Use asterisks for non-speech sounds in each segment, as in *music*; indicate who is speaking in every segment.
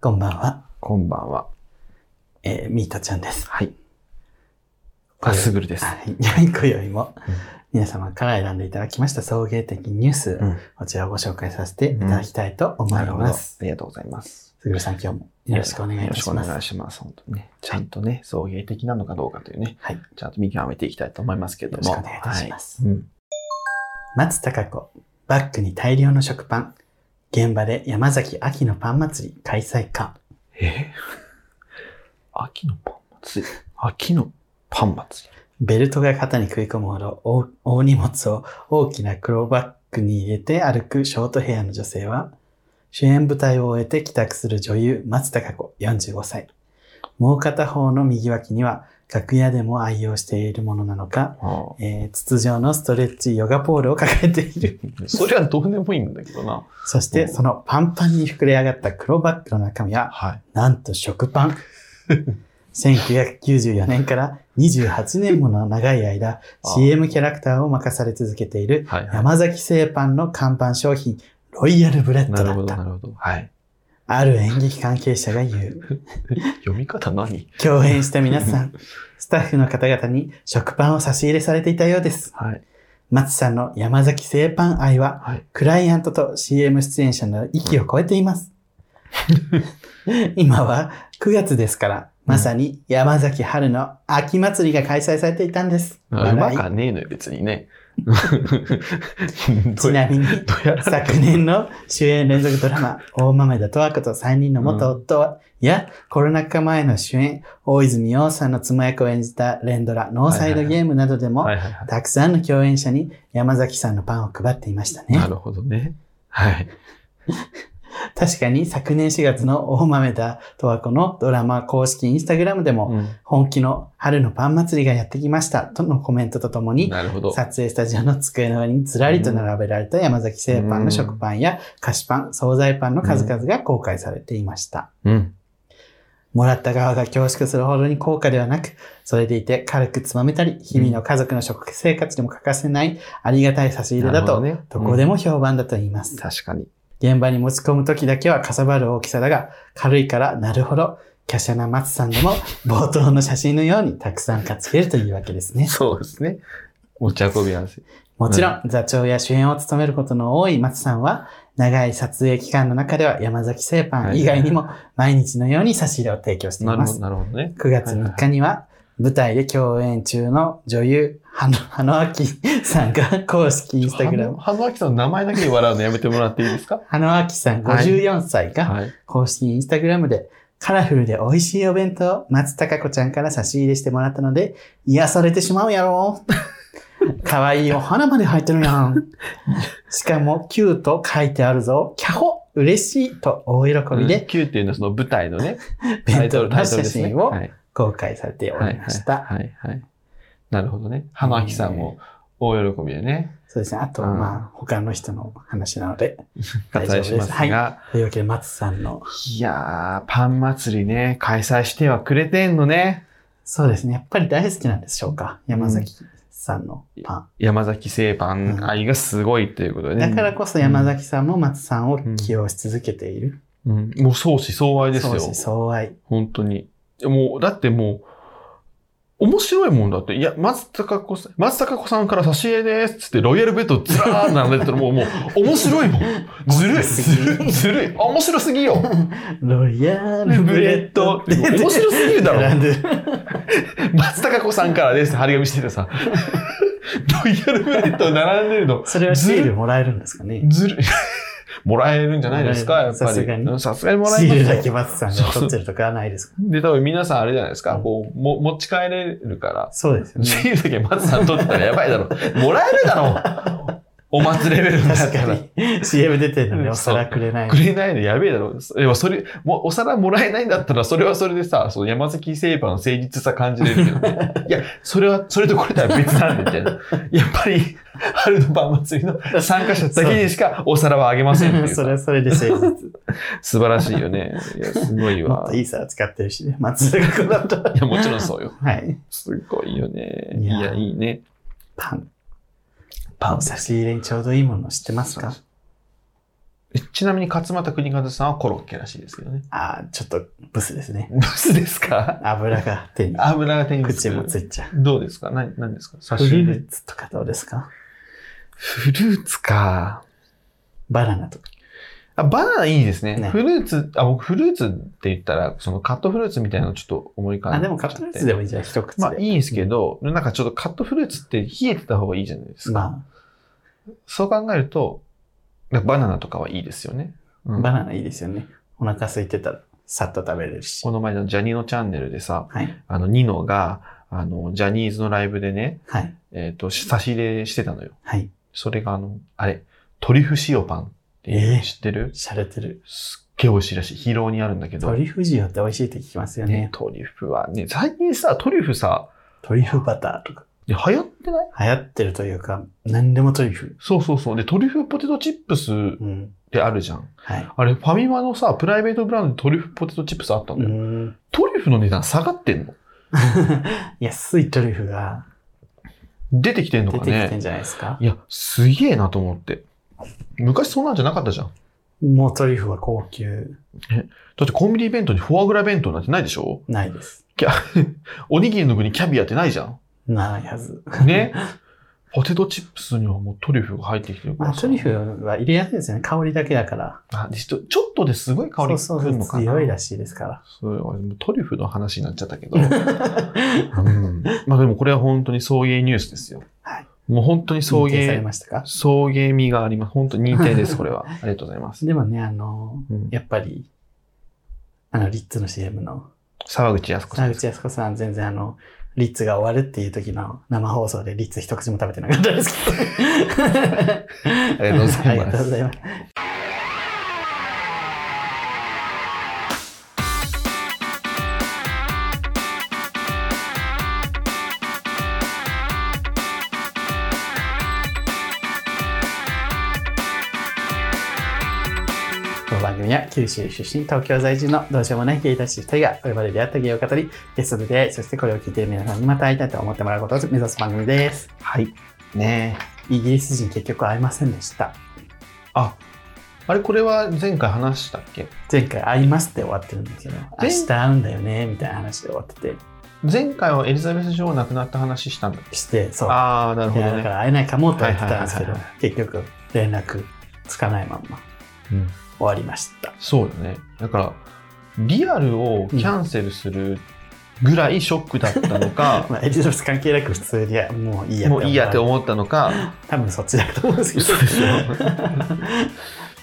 Speaker 1: こんばんは、
Speaker 2: こんばんは。
Speaker 1: えー、みーたちゃんです。
Speaker 2: はい。バスグルです。
Speaker 1: はい。今宵も
Speaker 2: うん
Speaker 1: 皆様から選んでいただきました送迎的ニュース、
Speaker 2: うん
Speaker 1: こちらをご紹介させていただきたいと思いま
Speaker 2: あ
Speaker 1: す。
Speaker 2: りがとうございます。
Speaker 1: すぐるさん、今日もよろしくお願いいたし
Speaker 2: よろ
Speaker 1: ま
Speaker 2: しくお願い
Speaker 1: す。
Speaker 2: します。本当にね。ちゃんとね、送迎的なのかどうかというね、
Speaker 1: はい。よ
Speaker 2: ちゃんと見極めていきたいと思いますけれど
Speaker 1: ろ
Speaker 2: も。
Speaker 1: しくお願いいたします。
Speaker 2: はい。うん。
Speaker 1: 松たか子、バッグに大量の食パン。現場で山崎秋のパン祭り開催か。
Speaker 2: え *laughs* 秋のパン祭り。秋のパン祭
Speaker 1: ベルトが肩に食い込むほど大大荷物を大きな黒バッグに入れて歩くショートヘアの女性は、主演舞台を終えて帰宅する女優松たか子45歳。もう片方の右脇には楽屋でも愛用しているものなのか、
Speaker 2: り。あ
Speaker 1: えー筒状のストレッチヨガポールを抱えている。
Speaker 2: あ。それはどうでもいいんだけどな。
Speaker 1: そしてそのパンパンに膨れ上がった黒バッグの中身は、
Speaker 2: はい。
Speaker 1: なんと食パン。1994年から28年もの長い間、
Speaker 2: あー
Speaker 1: CM キャラクターを任され続けている
Speaker 2: はい、
Speaker 1: 山崎製パンの看板商品、ロイヤルブレッド
Speaker 2: なる
Speaker 1: だ
Speaker 2: ほ
Speaker 1: っ
Speaker 2: ど、な
Speaker 1: た。
Speaker 2: るほど。はい。
Speaker 1: ある演劇関係者が言う。
Speaker 2: 読み方何
Speaker 1: 共演した皆さ
Speaker 2: *laughs*
Speaker 1: ん、スタッフの方々に食パンを差し入れされていたようです。
Speaker 2: はい。
Speaker 1: 松さんの山崎製パン愛は、
Speaker 2: はい。
Speaker 1: クライアントと CM 出演者の域を超えています。今は9月ですから、まさに山崎春の秋祭りが開催されていたんです。
Speaker 2: うま
Speaker 1: 笑い
Speaker 2: かねえのよ、別
Speaker 1: *laughs*
Speaker 2: にね。
Speaker 1: ちなみに、
Speaker 2: どうやら
Speaker 1: 昨年の主演連続ドラマ、大豆田とわ子と3人の元夫は、や、コロナ禍前の主演、大泉洋さんの妻役を演じた連ドラ、ノーサイドゲームなどでも、
Speaker 2: はいはいは
Speaker 1: たくさんの共演者に山崎さんのパンを配っていました
Speaker 2: い。
Speaker 1: ね
Speaker 2: な。るほどね。はい。
Speaker 1: 確かに昨年4月の大豆田十和子のドラマ公式インスタグラムでも、
Speaker 2: う
Speaker 1: 本気の春のパン祭りがやってきましたとのコメントととも
Speaker 2: ん、
Speaker 1: に、
Speaker 2: なるほど。
Speaker 1: 撮影スタジオの机の上にずらりと並べられた山崎製パンの食パンや菓子パン、惣菜パンの数々が公開されていました。
Speaker 2: うん。
Speaker 1: もらった側が恐縮するほどに高価ではなく、それでいて軽くつまめたり、日々の家族の食生活でも欠かせないありがたい差し入れだと、
Speaker 2: なるほ
Speaker 1: ど
Speaker 2: ね
Speaker 1: こでも評判だと言います
Speaker 2: うん。確かに。
Speaker 1: 現場に持ち込む時だけはかさばる大きさだが、軽いからなるほど、華奢な松さんでも冒頭の写真のようにたくさん担げるというわけですね。
Speaker 2: そうですね。持ち運びやすい。
Speaker 1: もちろん、座長や主演を務めることの多い松さんは、長い撮影期間の中では山崎製パン以外にも毎日のように差し入れを提供してい
Speaker 2: なる
Speaker 1: ま
Speaker 2: ほど、
Speaker 1: す。
Speaker 2: なるほどね。
Speaker 1: 9月3日には、舞台で共演中の女優、はの、はのあきさんが公式インスタグラム。
Speaker 2: はずあきさんの名前だけで笑うのやめてもらっていいですか
Speaker 1: はのあきさん54歳が、
Speaker 2: はい。
Speaker 1: 公式インスタグラムで、カラフルで美味しいお弁当、松たか子ちゃんから差し入れしてもらったので、癒されてしまうやろ。
Speaker 2: *laughs*
Speaker 1: かわいいお花まで入ってるやん。しかも、キューと書いてあるぞ。キャホ嬉しいと大喜び
Speaker 2: うん
Speaker 1: で、
Speaker 2: Q っていうのはその舞台のね、タ
Speaker 1: 弁
Speaker 2: イト
Speaker 1: 当
Speaker 2: ル、タ
Speaker 1: の
Speaker 2: イ
Speaker 1: 写
Speaker 2: トルですね。
Speaker 1: 真を
Speaker 2: はい
Speaker 1: 公開されておりました。
Speaker 2: はい、はい。なるほどね。花あきさんも大喜びでね、
Speaker 1: そうですね。あと、
Speaker 2: うん
Speaker 1: まあ、他の人の話なので。大
Speaker 2: 割
Speaker 1: 丈夫
Speaker 2: 愛
Speaker 1: です
Speaker 2: しますが、
Speaker 1: というわけで、松さんの。
Speaker 2: い、やー、パン祭りね、開催してはくれてんのね。
Speaker 1: そうですね。やっぱり大好きなんでしょうか。山崎さんのパン。
Speaker 2: 山崎製パン愛がすごいということでね。
Speaker 1: だからこそ山崎さんも松さんを起用し続けている。
Speaker 2: うん、もう相思相愛です
Speaker 1: 相
Speaker 2: よ。
Speaker 1: 思相愛。
Speaker 2: 本当に。もう、だってもう、面白いもんだって。いや、松たか子さん、松たか子さんから差し入れですっつって、ロイヤルベッドずらーっ並んでたら、もう、もう、面白いもん。ずるい、ずるい、ずるい。面白すぎよ。
Speaker 1: ロイヤルブ
Speaker 2: ブ
Speaker 1: レ
Speaker 2: レ
Speaker 1: ッ
Speaker 2: ッ
Speaker 1: ド
Speaker 2: ド
Speaker 1: っ
Speaker 2: ってて
Speaker 1: 言って
Speaker 2: 面白すぎるだろ
Speaker 1: 並んでる
Speaker 2: 松たか子さんからですって張り紙し
Speaker 1: *laughs*
Speaker 2: ててさ、ロイヤルブレッド並んでるの、
Speaker 1: それはシールもらえるんですかね。
Speaker 2: ずるい。 *laughs* もらえるんじゃないですか、やっぱり。
Speaker 1: さすがに
Speaker 2: うんさすがにもらえます
Speaker 1: シ
Speaker 2: よ
Speaker 1: ールだけ松さんが取ってるとかはないですか
Speaker 2: で、多分皆さんあれじゃないですか、
Speaker 1: うん
Speaker 2: こう、も、持ち帰れるから、
Speaker 1: そうですよ
Speaker 2: *laughs*
Speaker 1: ね。
Speaker 2: シールだけ松さん取ってたらやば
Speaker 1: *laughs*
Speaker 2: いだろ。もらえるだろお祭りレベルになっ
Speaker 1: 確
Speaker 2: た。
Speaker 1: からに CM 出てるのにお皿くれない
Speaker 2: く。れないのやべえだろ。でもそれ、もうお皿もらえないんだったら、それはそれでさ、その山崎製パンの誠実さ感じれるけど、
Speaker 1: *laughs*
Speaker 2: ね、いや、それは、それとこれとは別なんで、みたいな。やっぱり、春のパン祭りの参加者だけにしかお皿はあげませんってい
Speaker 1: *laughs*
Speaker 2: う
Speaker 1: そ
Speaker 2: さ
Speaker 1: れはそれで誠
Speaker 2: *laughs*
Speaker 1: 実。
Speaker 2: 素晴らしいよね。いや、すご
Speaker 1: *laughs*
Speaker 2: い
Speaker 1: もっ
Speaker 2: わ。
Speaker 1: と
Speaker 2: い
Speaker 1: いい皿使ってるしね。松坂子だ
Speaker 2: *laughs*
Speaker 1: と。
Speaker 2: や、もちろんそうよ。
Speaker 1: はい。
Speaker 2: すごいよね。
Speaker 1: い
Speaker 2: い
Speaker 1: や
Speaker 2: や、いいね。
Speaker 1: パン。
Speaker 2: パン
Speaker 1: 差し入れにちょうどいいもの知ってますか
Speaker 2: えちなみに勝俣国和さんはコロッケらしいですけどね。
Speaker 1: ああ、ちょっとブスですね。
Speaker 2: ブスですか
Speaker 1: 油が手に、
Speaker 2: 油が手につ
Speaker 1: 口も
Speaker 2: く。
Speaker 1: ついちゃう。
Speaker 2: どうですか何何ですか
Speaker 1: フ
Speaker 2: 刺身
Speaker 1: ル
Speaker 2: で
Speaker 1: ーツとかどうですか
Speaker 2: フルーツか。
Speaker 1: バナナとか。
Speaker 2: あ、バナナいいですね。
Speaker 1: ね
Speaker 2: フルーツ、あ、僕フルーツって言ったら、そのカットフルーツみたいなのちょっと思い浮かん
Speaker 1: あ、
Speaker 2: で。
Speaker 1: でもカットフルーツでもいいじゃん、一口で。
Speaker 2: まあいいんですけど、なんかちょっとカットフルーツって冷えてた方がいいじゃないですか。
Speaker 1: ま
Speaker 2: そう考えると、バナナとかはいいですよね。う
Speaker 1: あ、
Speaker 2: ん
Speaker 1: バナナいいですよね。お腹空いてたら、さっと食べれるし。
Speaker 2: この前のジャニーのチャンネルでさ、
Speaker 1: はい。
Speaker 2: あの、ニノが、あの、ジャニーズのライブでね、
Speaker 1: はい。
Speaker 2: えっ、と、差し入れしてたのよ。
Speaker 1: はい。
Speaker 2: それがあの、あれ、トリュフ塩パンっていう
Speaker 1: えー
Speaker 2: 知ってる
Speaker 1: しゃれてる。
Speaker 2: すっげえ美味しいらしい。疲労にあるんだけど。
Speaker 1: トリュフ塩って美味しいって聞きますよ
Speaker 2: ね
Speaker 1: ね。
Speaker 2: トリュフはね、最近さ、トリュフさ、
Speaker 1: トリュフバターとか。
Speaker 2: 流行ってない
Speaker 1: 流行ってるというか、何でもトリュフ。
Speaker 2: そうそうそう。で、トリュフポテトチップスっ
Speaker 1: うん。
Speaker 2: てあるじゃん。
Speaker 1: はい。
Speaker 2: あれ、ファミマのさ、プライベートブランドでトリュフポテトチップスあったん
Speaker 1: う
Speaker 2: だよ。
Speaker 1: ん。 *laughs*
Speaker 2: トリュフの値段下がってんの
Speaker 1: 安いトリュフが
Speaker 2: 出てきてんの
Speaker 1: 出
Speaker 2: か
Speaker 1: てきてん
Speaker 2: ね
Speaker 1: じゃないですか。
Speaker 2: いや、すげえなと思って。昔そんなんじゃなかったじゃん。
Speaker 1: もうトリュフは高級
Speaker 2: だってコンビニ弁当にフォアグラ弁当なんてないでしょ
Speaker 1: ないです。
Speaker 2: キャおにぎりの具にキャビアってないじゃん。
Speaker 1: ないはず。 *laughs*
Speaker 2: ね。ポテトチップスにはもうトリュフが入ってきてるか
Speaker 1: まあ、
Speaker 2: らさ。
Speaker 1: トリュフは入れやすいですよね。香りだけだから。
Speaker 2: あでちょちょっとですごい香り
Speaker 1: そ
Speaker 2: く
Speaker 1: うそ
Speaker 2: る
Speaker 1: う
Speaker 2: の
Speaker 1: そ
Speaker 2: か
Speaker 1: う
Speaker 2: な。
Speaker 1: 強いらしいですか
Speaker 2: そう俺もうトリュフの話になっちゃっ
Speaker 1: *laughs*
Speaker 2: たけど。う
Speaker 1: ら。
Speaker 2: *laughs* ん、まあでもこれは本当に送迎ニュースですよ。
Speaker 1: はい
Speaker 2: もう本当に送
Speaker 1: 尊敬され
Speaker 2: 迎、
Speaker 1: ましたか
Speaker 2: 送迎味があります。本当に認定です、これは。ありがとうございます。
Speaker 1: でもね、あの、
Speaker 2: うん
Speaker 1: やっぱり、あの、リッツの CM の、
Speaker 2: 沢口靖子さ
Speaker 1: 沢
Speaker 2: ん。
Speaker 1: 口靖子さん全然あの、リッツが終わるっていう時の生放送でリッツ一口も食べてなかったですけど。
Speaker 2: ありがとうございます
Speaker 1: ありがとうございます。この番組は九州出身、東京在住のどうしようもない芸達子2人がこれまで出会った芸を語り、ゲストで出会い、そしてこれを聞いている皆さんにまた会いたいと思ってもらうことを目指す番組です。
Speaker 2: はい。ねえ。
Speaker 1: イギリス人結局会いませんでした。
Speaker 2: あ、あれこれは前回話したっけ
Speaker 1: 前回会いますって終わってるんですけど、明
Speaker 2: 前
Speaker 1: 日会うんだよね、みたいな話で終わってて、
Speaker 2: 前回はエリザベス女王亡くなった話したんだっけ
Speaker 1: して、そう。
Speaker 2: ああ、なるほ
Speaker 1: い
Speaker 2: ど
Speaker 1: やだか
Speaker 2: ね。
Speaker 1: ら会えないかもとは言ってたんですけど
Speaker 2: はいは、
Speaker 1: 結局連絡つかないまんま
Speaker 2: うん
Speaker 1: 終わりました。
Speaker 2: そうだね。だから、リアルをキャンセルするぐらいショックだったのか、
Speaker 1: まあ、エリザベス関係なく普通にもういい *laughs* や
Speaker 2: もういいやって
Speaker 1: う
Speaker 2: 思ったのか、
Speaker 1: 多分そっちだと思うんですけど。
Speaker 2: 嘘
Speaker 1: *laughs*
Speaker 2: でしょ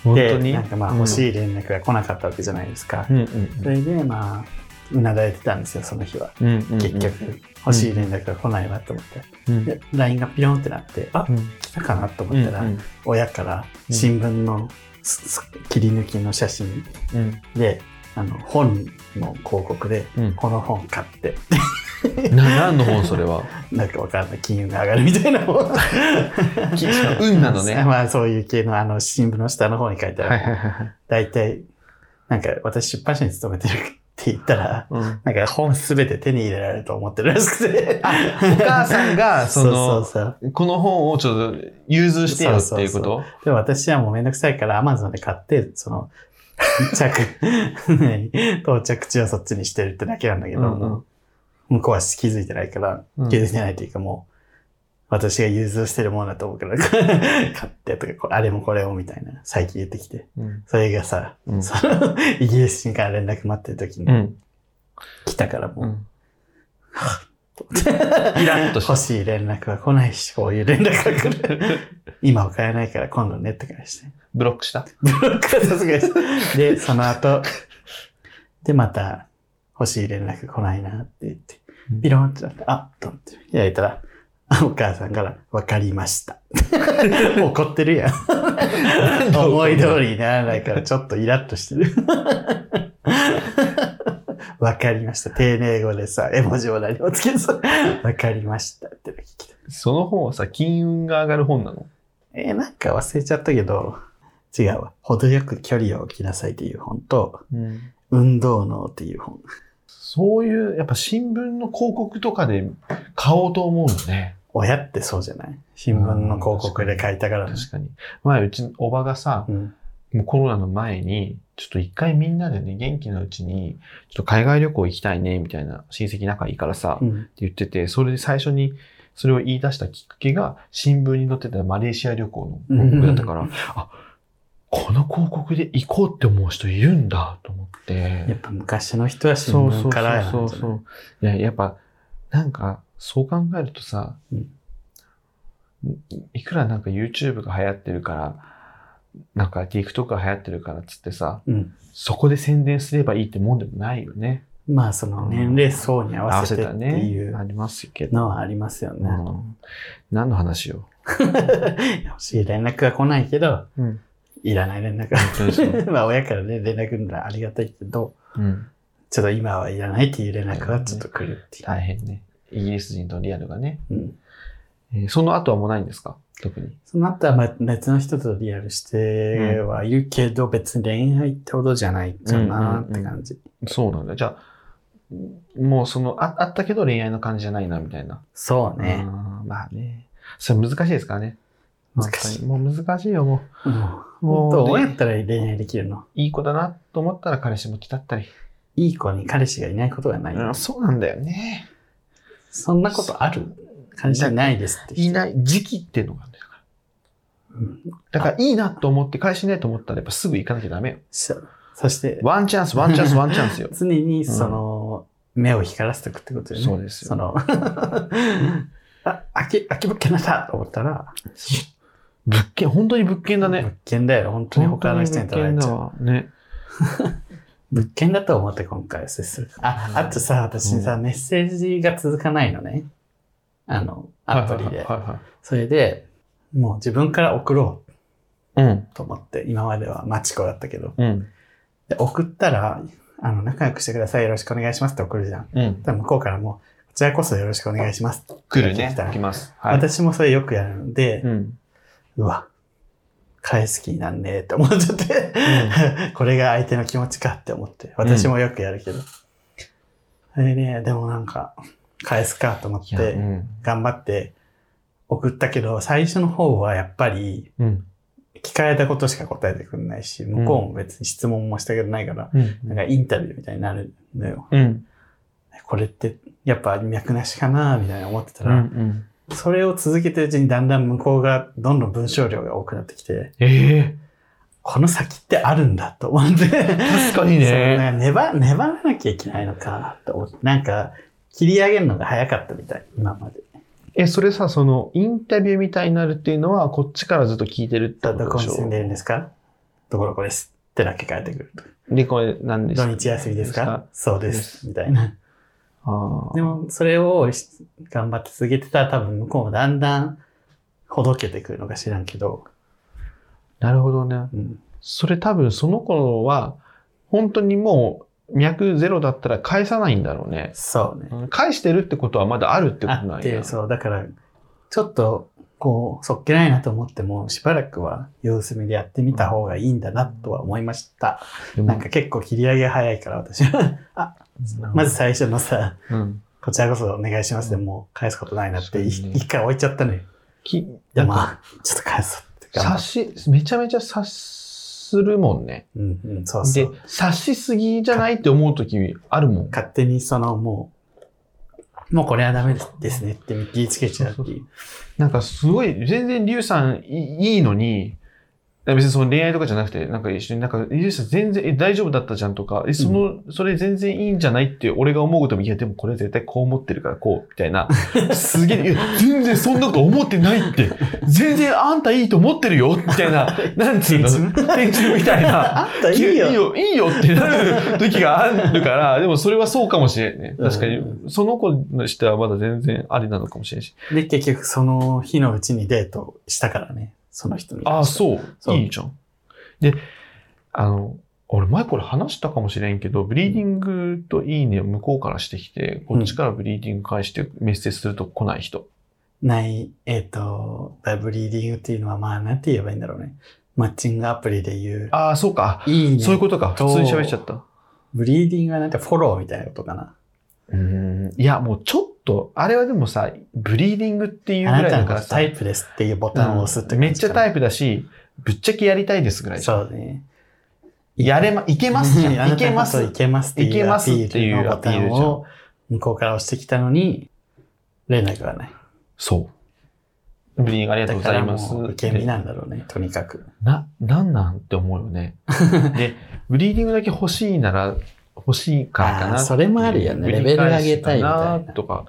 Speaker 2: 本当
Speaker 1: で
Speaker 2: に。
Speaker 1: なんかまあ欲しい連絡が来なかったわけじゃないですか、
Speaker 2: うん。うん
Speaker 1: それでまあうなだれてたんですよその日は
Speaker 2: うんうん。うんうん
Speaker 1: 結。局欲しい連絡が来ないわと思って、
Speaker 2: うん
Speaker 1: で LINE がピロンってなってあ
Speaker 2: うん
Speaker 1: 来たかなと
Speaker 2: う
Speaker 1: 思
Speaker 2: ん
Speaker 1: ったら、親から新聞のすす切り抜きの写真
Speaker 2: うん
Speaker 1: であの本の広告で
Speaker 2: うん
Speaker 1: この本買って
Speaker 2: な何の本それは
Speaker 1: *laughs* なんかわかんない金運が上がるみたいな本
Speaker 2: 金運なのね
Speaker 1: *laughs* まあそういう系のあの新聞の下の方に書いてある
Speaker 2: はいはいはい
Speaker 1: 大体、なんか私出版社に勤めてるって言ったら、
Speaker 2: うん
Speaker 1: なんか本すべて手に入れられると思ってるらしくて。
Speaker 2: あお母さんがその
Speaker 1: *laughs* そうそう
Speaker 2: この本をちょっと融通してよっていう
Speaker 1: そ
Speaker 2: こ
Speaker 1: うそ
Speaker 2: と
Speaker 1: そう。でも私はもうめんどくさいから Amazon で買って、その、着、 *laughs* 到着地をそっちにしてるってだけなんだけど、
Speaker 2: うんうん
Speaker 1: もう向こうは気づいてないから、
Speaker 2: うん
Speaker 1: 気づいてないというかもう、私が融通してるものだと思うから、 *laughs* 買ってとか、こうあれもこれもみたいな、最近言ってきて。
Speaker 2: うん
Speaker 1: それがさ、
Speaker 2: うん
Speaker 1: その、イギリス人から連絡待ってる時に、
Speaker 2: うん
Speaker 1: 来たからも
Speaker 2: う
Speaker 1: う、
Speaker 2: んイラッとした
Speaker 1: 欲しい連絡は来ないし、こういう連絡が来る。今は買えないから今度ねって返して。
Speaker 2: *laughs* ブロックした
Speaker 1: ブロックはさすがに *laughs* してで、その後、で、また、欲しい連絡来ないなって言って
Speaker 2: うん、
Speaker 1: ビローンってなって、あと思って開いたら、お母さんから、わかりま
Speaker 2: *laughs*
Speaker 1: した。怒ってるやん。 *laughs* 思い通りにならないから、ちょっとイラッとしてる。 *laughs* わかりました。丁寧語でさ、絵文字も何もつけず、わかりましたってのが来た。
Speaker 2: その本はさ金運が上がる本なの
Speaker 1: えーなんか忘れちゃったけど、違うわ。程よく距離を置きなさいっていう本と、運動能っていう本。
Speaker 2: そういうやっぱ新聞の広告とかで買おうと思うのね
Speaker 1: 親ってそうじゃない新聞の広告で書いたからね。
Speaker 2: 確かに。前、うちのおばがさ、
Speaker 1: うん。
Speaker 2: もうコロナの前に、ちょっと一回みんなでね、元気なうちに、ちょっと海外旅行行きたいね、みたいな、親戚仲いいからさ、
Speaker 1: う
Speaker 2: って
Speaker 1: ん。
Speaker 2: 言ってて、それで最初に、それを言い出したきっかけが、新聞に載ってたマレーシア旅行の広告だったから、あ、この広告で行こうって思う人いるんだ、と思って。
Speaker 1: やっぱ昔の人は新
Speaker 2: そうそ
Speaker 1: 聞
Speaker 2: う
Speaker 1: からや
Speaker 2: そうそう。いや、やっぱ、なんか、そう考えるとさ、
Speaker 1: うん
Speaker 2: いくらなんか YouTube が流行ってるから、なんか TikTok が流行ってるからっつってさ、
Speaker 1: うん。
Speaker 2: そこで宣伝すればいいってもんでもないよね。
Speaker 1: まあその年齢層に合
Speaker 2: 合
Speaker 1: わ
Speaker 2: わ
Speaker 1: せ
Speaker 2: せ
Speaker 1: てったて
Speaker 2: ね。
Speaker 1: いう
Speaker 2: ありますけど。
Speaker 1: のはありますよ
Speaker 2: う
Speaker 1: ね。
Speaker 2: ん、何の話よ。
Speaker 1: 欲しい連絡が来ないけど、
Speaker 2: うん。
Speaker 1: いらない連絡
Speaker 2: 本当にそう。
Speaker 1: *laughs* まあ親からね、連絡ならありがたいけど、
Speaker 2: うん。
Speaker 1: ちょっと今はいらないっていう連絡はちょっと来るっていう。
Speaker 2: 大変ね。イギリス人とリアルがね。
Speaker 1: うん、
Speaker 2: えーその後はもうないんですか特に。
Speaker 1: その後はまあ別の人とリアルしてはいるけど、別に恋愛ってほどじゃないかなって感じ。
Speaker 2: そうなんだ。じゃあ、もうその、ああったけど恋愛の感じじゃないな、みたいな。
Speaker 1: そうね。
Speaker 2: あーまあね。それ難しいですからね。
Speaker 1: 難しい。
Speaker 2: 本当にもう難しいよ、も
Speaker 1: も
Speaker 2: う。
Speaker 1: うど
Speaker 2: も
Speaker 1: う
Speaker 2: う、
Speaker 1: や
Speaker 2: ね、
Speaker 1: ったら恋愛できるの
Speaker 2: いい子だなと思ったら彼氏持ってたったり。
Speaker 1: いい子に彼氏がいないことがない。
Speaker 2: うんそうなんだよね。
Speaker 1: そんなことある彼氏いないですって人。
Speaker 2: いない、時期っていうのがあるんだよ
Speaker 1: うん
Speaker 2: だから、いいなと思って、彼氏いないと思ったら、やっぱすぐ行かなきゃダメよ。
Speaker 1: そそして、。
Speaker 2: ワンチャンス、ワンチャンス、ワンチャンスよ
Speaker 1: *laughs* 常にその、目を光らせておくってことよね。
Speaker 2: そうですよ
Speaker 1: その、 *laughs* あ、空き、空き物件なんだと思ったら、
Speaker 2: 物件、本当に物件だね。
Speaker 1: 物件だよ。本当に他の人に取られちゃう。
Speaker 2: 本当に物件だわ。ね。
Speaker 1: 物件だと思って今回は接する。あ、あとさ、私にさ、メッセージが続かないのね。あの、アプリで
Speaker 2: は。いは
Speaker 1: それで、もう自分から送ろう
Speaker 2: いはいはい。
Speaker 1: と思って、今まではマチコだったけど。
Speaker 2: うん。うん。
Speaker 1: で、送ったら、あの、仲良くしてください。よろしくお願いしますって送るじゃん。
Speaker 2: うん。
Speaker 1: ただ向こうからもう、こちらこそよろしくお願いします。
Speaker 2: 来るね。
Speaker 1: 来た
Speaker 2: 来ます。はい。
Speaker 1: 私もそれよくやるので、
Speaker 2: うん。
Speaker 1: うわ、返す気になんねえって思っちゃって、 *laughs* これが相手の気持ちかって思って、私もよくやるけど。あれね、でもなんか、返すかと思っ
Speaker 2: いやう
Speaker 1: て、
Speaker 2: ん。
Speaker 1: 頑張って送ったけど、最初の方はやっぱり、
Speaker 2: うん。
Speaker 1: 聞かれたことしか答えてくれないし、向こうも別に質問もしたくないから、
Speaker 2: うん。
Speaker 1: なんかインタビューみたいになるのよ。
Speaker 2: うん。
Speaker 1: これって、やっぱ脈なしかなみたいな思ってた
Speaker 2: う
Speaker 1: ら、
Speaker 2: ん。
Speaker 1: それを続けてるうちにだんだん向こうがどんどん文章量が多くなってきて、
Speaker 2: ええ。
Speaker 1: この先ってあるんだと思って。確 *laughs*
Speaker 2: かにね
Speaker 1: 粘、粘らなきゃいけないのかと思って。なんか、切り上げるのが早かったみたい、今まで。
Speaker 2: え、それさ、その、インタビューみたいになるっていうのは、こっちからずっと聞いてるって
Speaker 1: ど
Speaker 2: こ
Speaker 1: どこ
Speaker 2: とで
Speaker 1: に
Speaker 2: し
Speaker 1: 住ん
Speaker 2: ょ
Speaker 1: でるんですかどこどこです。ってだけ返ってくると。
Speaker 2: で、これ何です
Speaker 1: 土
Speaker 2: か
Speaker 1: 日休みですかそうで。
Speaker 2: ですす
Speaker 1: みたいな。
Speaker 2: あ
Speaker 1: で
Speaker 2: あ。
Speaker 1: も、それをし頑張って続けてたら多分向こうもだんだんほどけてくるのか知らんけど。
Speaker 2: なるほどね。
Speaker 1: うん。
Speaker 2: それ多分、その頃は、本当にもう、脈ゼロだったら返さないんだろうね。
Speaker 1: そうね。
Speaker 2: うん返してるってことはまだあるってこと
Speaker 1: あ
Speaker 2: なんや。
Speaker 1: って、そう、だから、ちょっと、こう、そっけないなと思っても、しばらくは様子見でやってみた方がいいんだなとは思いました。
Speaker 2: でも
Speaker 1: なんか結構切り上げ早いから、私は。あ、まず、最初のさ、
Speaker 2: うん。
Speaker 1: こちらこそお願いしますでもう返すことないなって、い
Speaker 2: そうね
Speaker 1: 一回置いちゃったのよ。
Speaker 2: き、
Speaker 1: でも、
Speaker 2: やっ
Speaker 1: あちょっと返そうって
Speaker 2: ぱ
Speaker 1: 頑張
Speaker 2: 察
Speaker 1: っ
Speaker 2: し、めちゃめちゃ察するもんね。
Speaker 1: うんうん、そうそ
Speaker 2: で
Speaker 1: う。、
Speaker 2: 察しすぎじゃないって思うときあるもん。
Speaker 1: 勝手にその、もう、もうこれはダメですねって見切りつけちゃうっていう。
Speaker 2: なんかすごい、全然リュウさんいいいのに、別にその恋愛とかじゃなくて、なんか一緒に、なんか、リュウさん全然、え、大丈夫だったじゃんとか、え、その、それ全然いいんじゃないって俺が思うことも、いや、でもこれ絶対こう思ってるからこう、みたい *laughs* な。すげえ、いや全然そんなこと思ってないって。全然あんたいいと思ってるよ、みたい *laughs* な。なんつうの
Speaker 1: 天
Speaker 2: 天中みたいな。
Speaker 1: *laughs* あんたいいよ。
Speaker 2: *laughs* いいよ、いいよってなる時があるから、でもそれはそうかもしれんね。確か
Speaker 1: う
Speaker 2: に、その子にしてはまだ全然ありなのかもしれんし。
Speaker 1: で、結局その日のうちにデートしたからね、その人に。
Speaker 2: ああ、そう。
Speaker 1: そう
Speaker 2: いいじゃん。で、あの、俺前これ話したかもしれんけど、ブリーディングといいねを向こうからしてきて、こっちからブリーディング返してメッセージすると来ない人。
Speaker 1: ない、えっ、と、ダブリーディングっていうのは、まあ、なんて言えばいいんだろうね。マッチングアプリで言う。
Speaker 2: ああ、そうか。
Speaker 1: いいね。
Speaker 2: そういうことか。普
Speaker 1: と
Speaker 2: 通に喋っちゃった。
Speaker 1: ブリーディングはなんかフォローみたいなことかな。
Speaker 2: うーん。いや、もうちょっと、あれはでもさ、ブリーディングっていうぐ
Speaker 1: あ
Speaker 2: ら
Speaker 1: ないた
Speaker 2: だ
Speaker 1: の
Speaker 2: か
Speaker 1: こ
Speaker 2: ら
Speaker 1: と
Speaker 2: さ
Speaker 1: タ、イプですっていうボタンを押すって
Speaker 2: めっちゃタ
Speaker 1: イ
Speaker 2: イプだし、ぶっちゃけやりたいですぐらいじゃん
Speaker 1: そうね。
Speaker 2: やれま、いけますじ
Speaker 1: あ
Speaker 2: ゃ。
Speaker 1: なんた
Speaker 2: いけま
Speaker 1: *laughs*
Speaker 2: す。
Speaker 1: いけますってい
Speaker 2: いけ
Speaker 1: うア
Speaker 2: ます
Speaker 1: ピ
Speaker 2: ってい
Speaker 1: ール
Speaker 2: う
Speaker 1: の
Speaker 2: ア
Speaker 1: ボ
Speaker 2: ピ
Speaker 1: タ
Speaker 2: ー
Speaker 1: ン
Speaker 2: ルじゃん
Speaker 1: を向こうから押してきたのに、連絡がない。
Speaker 2: そう。ブリンありがと
Speaker 1: だ
Speaker 2: うご
Speaker 1: か
Speaker 2: ざい
Speaker 1: ら
Speaker 2: ます。
Speaker 1: もう受け身なんだろうね、とにかく。
Speaker 2: な、なんなんって思うよ
Speaker 1: *laughs*
Speaker 2: ね。で、ブリーディングだけ欲しいなら、欲しいからか
Speaker 1: あー
Speaker 2: な。
Speaker 1: それもあるよね
Speaker 2: 繰り
Speaker 1: レベル上
Speaker 2: 返し
Speaker 1: げたいみたいな
Speaker 2: かとか、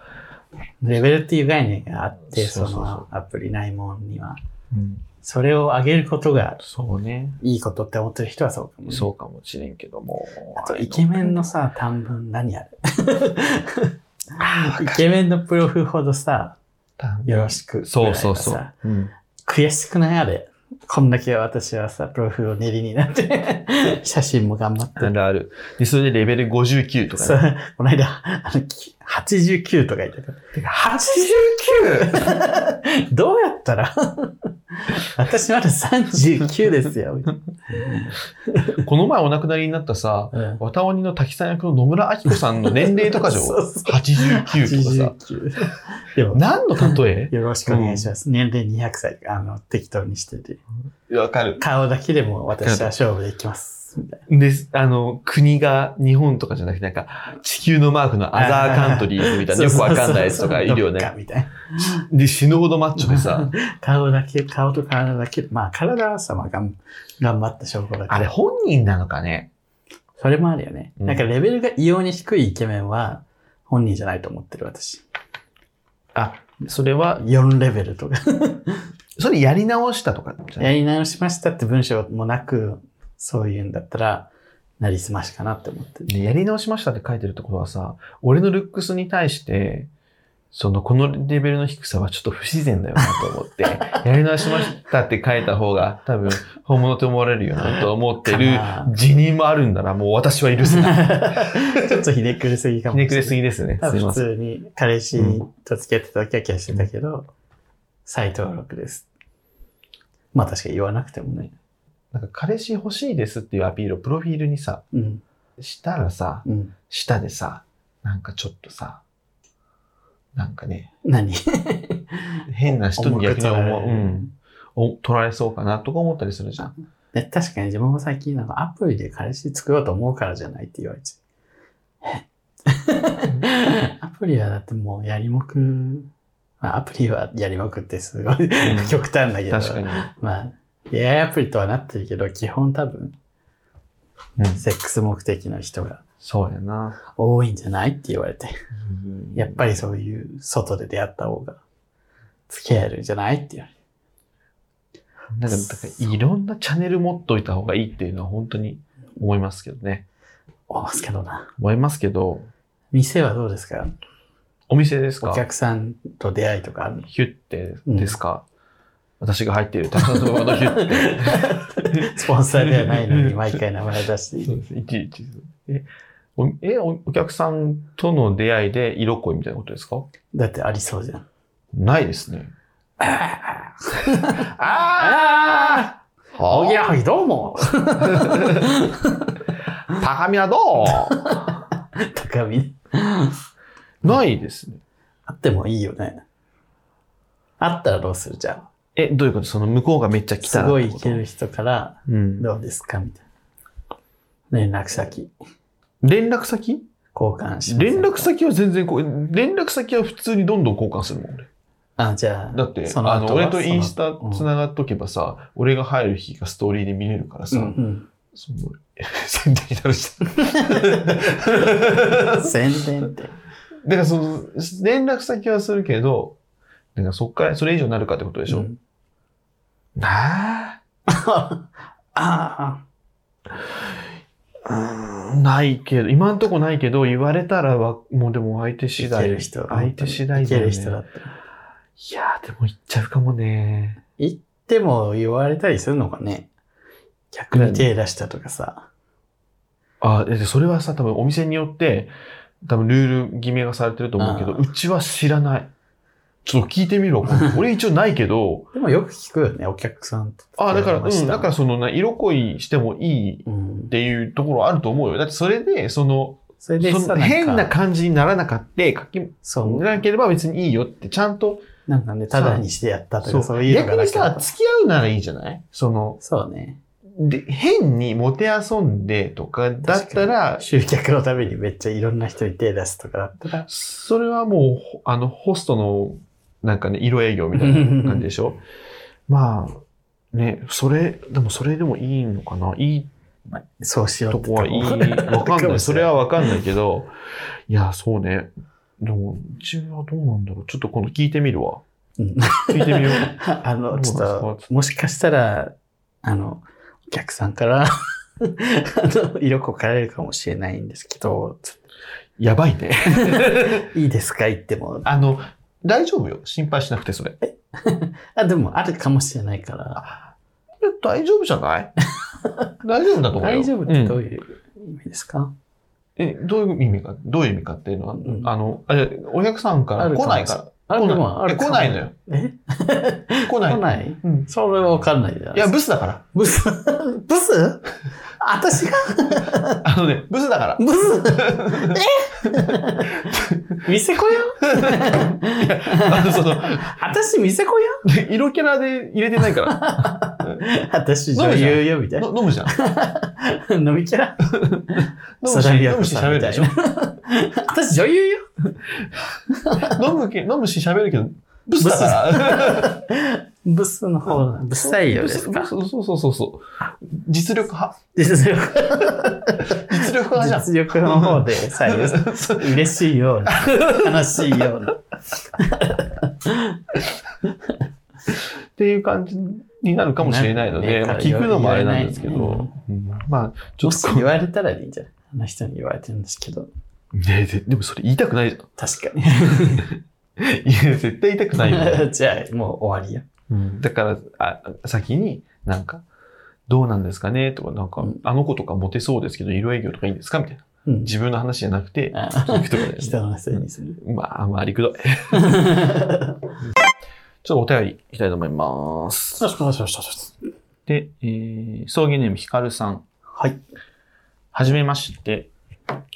Speaker 1: レベルっていう概念があって、
Speaker 2: そ
Speaker 1: そう
Speaker 2: そうそう
Speaker 1: のアプリないもんには。それを上げることが
Speaker 2: そうね。
Speaker 1: いいことって思ってる人はそうかも、ね。
Speaker 2: そうかもしれんけども。
Speaker 1: あと、イケメンのさ、短文何あれイケメンのプロフほどさ、よろしくぐら
Speaker 2: そ
Speaker 1: いの
Speaker 2: う
Speaker 1: さ。
Speaker 2: そうそう。うん
Speaker 1: 悔しくないあれ。こんだけ私はさ、プロフを練りにな
Speaker 2: *laughs*
Speaker 1: って、写真も頑張って
Speaker 2: あ。るある。で、それでレベル59とか
Speaker 1: そ
Speaker 2: ね。
Speaker 1: うこの間、あの、き89とか言ってた。
Speaker 2: てか
Speaker 1: *laughs*
Speaker 2: 89!
Speaker 1: どうやったら私まだ39ですよ。
Speaker 2: この前お亡くなりになったさ、
Speaker 1: うん
Speaker 2: わたおにの滝さん役の野村明子さんの年齢とかじゃん
Speaker 1: *laughs* そうそう
Speaker 2: 89とかさ。
Speaker 1: 89。でも、
Speaker 2: 何の例
Speaker 1: よろしくお願いします。年齢200歳、あの、適当にしてて。 *laughs*
Speaker 2: えわかる。
Speaker 1: 顔だけでも私は勝負できます。みたい
Speaker 2: で、あの、国が日本とかじゃなくて、なんか、地球のマークのアザーカントリーズみたい
Speaker 1: な *laughs*
Speaker 2: な、よくわかんないやつとかいるよ
Speaker 1: どっか
Speaker 2: ね。
Speaker 1: みたいな
Speaker 2: で、死ぬほどマッチョでさ、
Speaker 1: 顔だけ、顔と体だけ、まあ体はさ、まあ頑頑張った証拠だけど。
Speaker 2: あれ本人なのかね
Speaker 1: それもあるよね。
Speaker 2: うん
Speaker 1: なんかレベルが異様に低いイケメンは本人じゃないと思ってる私。
Speaker 2: あ、それは、
Speaker 1: 4レベルとか。
Speaker 2: それやり直したとかじゃな
Speaker 1: や
Speaker 2: い
Speaker 1: り直しましたって文章もなく、そういうんだったら、なりすましかなって思ってる。
Speaker 2: ねやり直しましたって書いてるってことはさ、俺のルックスに対して、その、このレベルの低さはちょっと不自然だよなと思
Speaker 1: *laughs*
Speaker 2: って、やり直しましたって書いた方が、多分、本物と思われるよなと思ってる
Speaker 1: かな *laughs*
Speaker 2: 辞任もあるんなら、もう私は許せない。
Speaker 1: ちょっとひねくれすぎか
Speaker 2: ひ
Speaker 1: もしれない。
Speaker 2: ねくれすぎですね。
Speaker 1: 多
Speaker 2: す
Speaker 1: 分
Speaker 2: い
Speaker 1: 普
Speaker 2: ません。
Speaker 1: 通に彼氏と付き合ってたキャキャしてたけど、再登録です。まあ確かに言わなくてもね。
Speaker 2: なんか彼氏欲しいですっていうアピールをプロフィールにさ、
Speaker 1: うん。
Speaker 2: したらさ、
Speaker 1: うん。
Speaker 2: 下でさ、なんかちょっとさ、なんかね、
Speaker 1: *laughs* 何
Speaker 2: 変な人に逆に思う、
Speaker 1: 重
Speaker 2: う
Speaker 1: く捉えられる
Speaker 2: ん、お取られそうかなとか思ったりするじゃ
Speaker 1: *laughs*
Speaker 2: ん。
Speaker 1: で確かに自分も最近なんかアプリで彼氏作ろうと思うからじゃないって言われちゃ *laughs* う。アプリはだってもうやりもく、まあ、アプリはやりもくってすごい *laughs* 極端だけど、
Speaker 2: 確かに。
Speaker 1: まあ、AI アプリとはなってるけど、基本多分、
Speaker 2: うん
Speaker 1: セックス目的の人が
Speaker 2: そうやな。
Speaker 1: 多いんじゃないって言われて、やっぱりそういう外で出会った方が付き合えるんじゃないって言われて。
Speaker 2: なんか、だからいろんなチャンネル持っといた方がいいっていうのは本当に思いますけどね。
Speaker 1: 思いますけどな。
Speaker 2: 思いますけど、
Speaker 1: 店はどうですか
Speaker 2: お店ですか
Speaker 1: お客さんと出会いとかあるの
Speaker 2: ヒュッてですか、私が入っている、たくさんのヒュッて。
Speaker 1: スポンサーではない
Speaker 2: *laughs*
Speaker 1: のに毎回名前出してい
Speaker 2: そ
Speaker 1: る。
Speaker 2: うです。いちいち。え、おえおお客さんとの出会いで色恋みたいなことですか
Speaker 1: だってありそうじゃん。
Speaker 2: ないですね。 *laughs*
Speaker 1: あ
Speaker 2: あ
Speaker 1: あおぎやはぎどうも
Speaker 2: 高みはど
Speaker 1: 高見。
Speaker 2: うないですね。
Speaker 1: あってもいいよね。あったらどうするじゃん。
Speaker 2: え、どういうことその向こうがめっちゃ来た
Speaker 1: す
Speaker 2: ら
Speaker 1: ご
Speaker 2: っ
Speaker 1: い
Speaker 2: て
Speaker 1: 行
Speaker 2: こと
Speaker 1: ける人から
Speaker 2: うん。
Speaker 1: どうですかみたいな。連絡先
Speaker 2: 連絡先
Speaker 1: 交換しません
Speaker 2: 連
Speaker 1: か
Speaker 2: 絡先は全然こう、連絡先は普通にどんどん交換するもん、俺。
Speaker 1: あ、じゃあ。
Speaker 2: だって、
Speaker 1: その
Speaker 2: あ
Speaker 1: 後
Speaker 2: の、
Speaker 1: は
Speaker 2: 俺とインス
Speaker 1: そ
Speaker 2: タ
Speaker 1: の後うん
Speaker 2: 繋がっとけばさ、俺が入る日がストーリーで見れるからさ、
Speaker 1: のうん
Speaker 2: その、宣伝になるし。
Speaker 1: うん。宣伝って。
Speaker 2: だからその、連絡先はするけど、なんかそっから、それ以上になるかってことでしょ、
Speaker 1: うん *laughs*
Speaker 2: な
Speaker 1: ああ。
Speaker 2: あうんないけど、今んとこないけど、言われたらわ、もうでも相手次
Speaker 1: 行
Speaker 2: 第。
Speaker 1: ける人。
Speaker 2: 相手次第
Speaker 1: 行ける人だ
Speaker 2: ね。
Speaker 1: ったら。
Speaker 2: いやー、でも行っちゃうかもね。
Speaker 1: 言っても言われたりするのかね逆に手出したとかさ。
Speaker 2: あ、えそれはさ、多分お店によって、多分ルール決めがされてると思うけど、
Speaker 1: あ
Speaker 2: うちは知らない。ちょっと聞いてみろ。俺一応ないけど、
Speaker 1: でもよく聞くよね、お客さんと。
Speaker 2: あ、だか
Speaker 1: 言わ
Speaker 2: ら、う
Speaker 1: れました
Speaker 2: ん、だからそのな、色恋してもいいっ
Speaker 1: うん。
Speaker 2: ていうところあると思うよ。だってそれで、その、
Speaker 1: それで
Speaker 2: その
Speaker 1: さ、
Speaker 2: 変
Speaker 1: ん
Speaker 2: な
Speaker 1: か
Speaker 2: 感じにならなかって書き
Speaker 1: そう。
Speaker 2: なければ別にいいよってちゃんと
Speaker 1: なんかね、ただにしてやったとか、そういうの
Speaker 2: 逆
Speaker 1: がな
Speaker 2: に
Speaker 1: かった
Speaker 2: さ、付き合うならいいじゃないその、
Speaker 1: そうね。
Speaker 2: で、変にもてあそんでとかだったら、
Speaker 1: 集客のためにめっちゃいろんな人に手出すとかだったら、
Speaker 2: それはもう、あの、ホストの、なんかね、色営業みたいな感じでしょまあ、ね、それ、でもそれでもいいのかないい
Speaker 1: そうしよう
Speaker 2: と
Speaker 1: って
Speaker 2: こはいい。わかんない。それはわかんないけど、いや、そうね。でも、うちはどうなんだろう。ちょっと今度聞いてみるわ。
Speaker 1: うん
Speaker 2: 聞いてみ
Speaker 1: *laughs*
Speaker 2: よう。
Speaker 1: あの、ちょっ
Speaker 2: そうなん
Speaker 1: と
Speaker 2: です、
Speaker 1: もしかしたら、あの、お客さんから、 *laughs* あの、色濃かれるかもしれないんですけど、つ
Speaker 2: やばいね。 *laughs*
Speaker 1: いいですか言っても。
Speaker 2: あの、大丈夫よ。心配しなくて、それ。
Speaker 1: あ、でもあるかもしれないから、
Speaker 2: 大丈夫じゃない大丈夫だと思うよ。
Speaker 1: 大丈夫ってど
Speaker 2: うん
Speaker 1: ういう意味ですか、
Speaker 2: えどういう意味か、どういう意味かっていうのは、
Speaker 1: うん
Speaker 2: あの、あお客さんか
Speaker 1: あ
Speaker 2: ら
Speaker 1: るか
Speaker 2: 来
Speaker 1: も
Speaker 2: ないか
Speaker 1: あ
Speaker 2: ら。
Speaker 1: で
Speaker 2: 来
Speaker 1: もあ
Speaker 2: ない。え
Speaker 1: るか
Speaker 2: 来
Speaker 1: も
Speaker 2: ないのよ。
Speaker 1: え
Speaker 2: 来ない。
Speaker 1: 来ない
Speaker 2: うん。
Speaker 1: それはわかんないじゃない
Speaker 2: い
Speaker 1: で
Speaker 2: や、
Speaker 1: すか。
Speaker 2: ブスだから。
Speaker 1: ブスブス私が
Speaker 2: あのね、ブスだ
Speaker 1: *laughs*
Speaker 2: から。
Speaker 1: ブスえ
Speaker 2: *laughs*
Speaker 1: 店子よ
Speaker 2: いや、あの、その、
Speaker 1: 私店子よ
Speaker 2: 色キャラで入れてな
Speaker 1: *laughs*
Speaker 2: いから。
Speaker 1: 私女優よみたいな。
Speaker 2: の飲むじゃん。
Speaker 1: 飲みキャラ
Speaker 2: 飲むし、飲むし喋るでしょ。
Speaker 1: *laughs* 私女優よ。
Speaker 2: 飲むけ、飲むし喋るけど、ブスだから。
Speaker 1: ブスの方、ブス採用です
Speaker 2: ブ
Speaker 1: か
Speaker 2: ス。ブスそうそうそうそう。実力派。
Speaker 1: 実力、
Speaker 2: 実力派じゃん。
Speaker 1: 実力の方で
Speaker 2: *laughs*
Speaker 1: 採用です。嬉しいような、楽しいよう
Speaker 2: *laughs*
Speaker 1: な。
Speaker 2: っていう感じになるかもしれないので、
Speaker 1: な
Speaker 2: ま
Speaker 1: ん
Speaker 2: あ
Speaker 1: かね
Speaker 2: 聞くのもあれなんですけ
Speaker 1: 言われない
Speaker 2: ど、うんまあ、ちょ
Speaker 1: も
Speaker 2: っ
Speaker 1: し
Speaker 2: とこ
Speaker 1: 言われたらいいんじゃないあの人に言われてるんですけど。
Speaker 2: う、ねえ、ででもそれ言いたくないじゃん。
Speaker 1: 確かに。 *laughs*
Speaker 2: いや、絶対言いたくないよね、
Speaker 1: じゃあ、もう終わりや。
Speaker 2: うんだから、あ先になんか、どうなんですかねとか、なんか、
Speaker 1: うん
Speaker 2: あの子とかモテそうですけど、色営業とかいいんですかみたいな。
Speaker 1: うん。
Speaker 2: 自分の話じゃなくて、
Speaker 1: あ
Speaker 2: 聞くとかだよね
Speaker 1: *laughs* 人のせいにする。
Speaker 2: まあ、まあ、りく *laughs* どい。ちょっとお便りいきたいと思います。で、えー、葬儀ネームひかるさん。
Speaker 1: はい。
Speaker 2: はじめまして。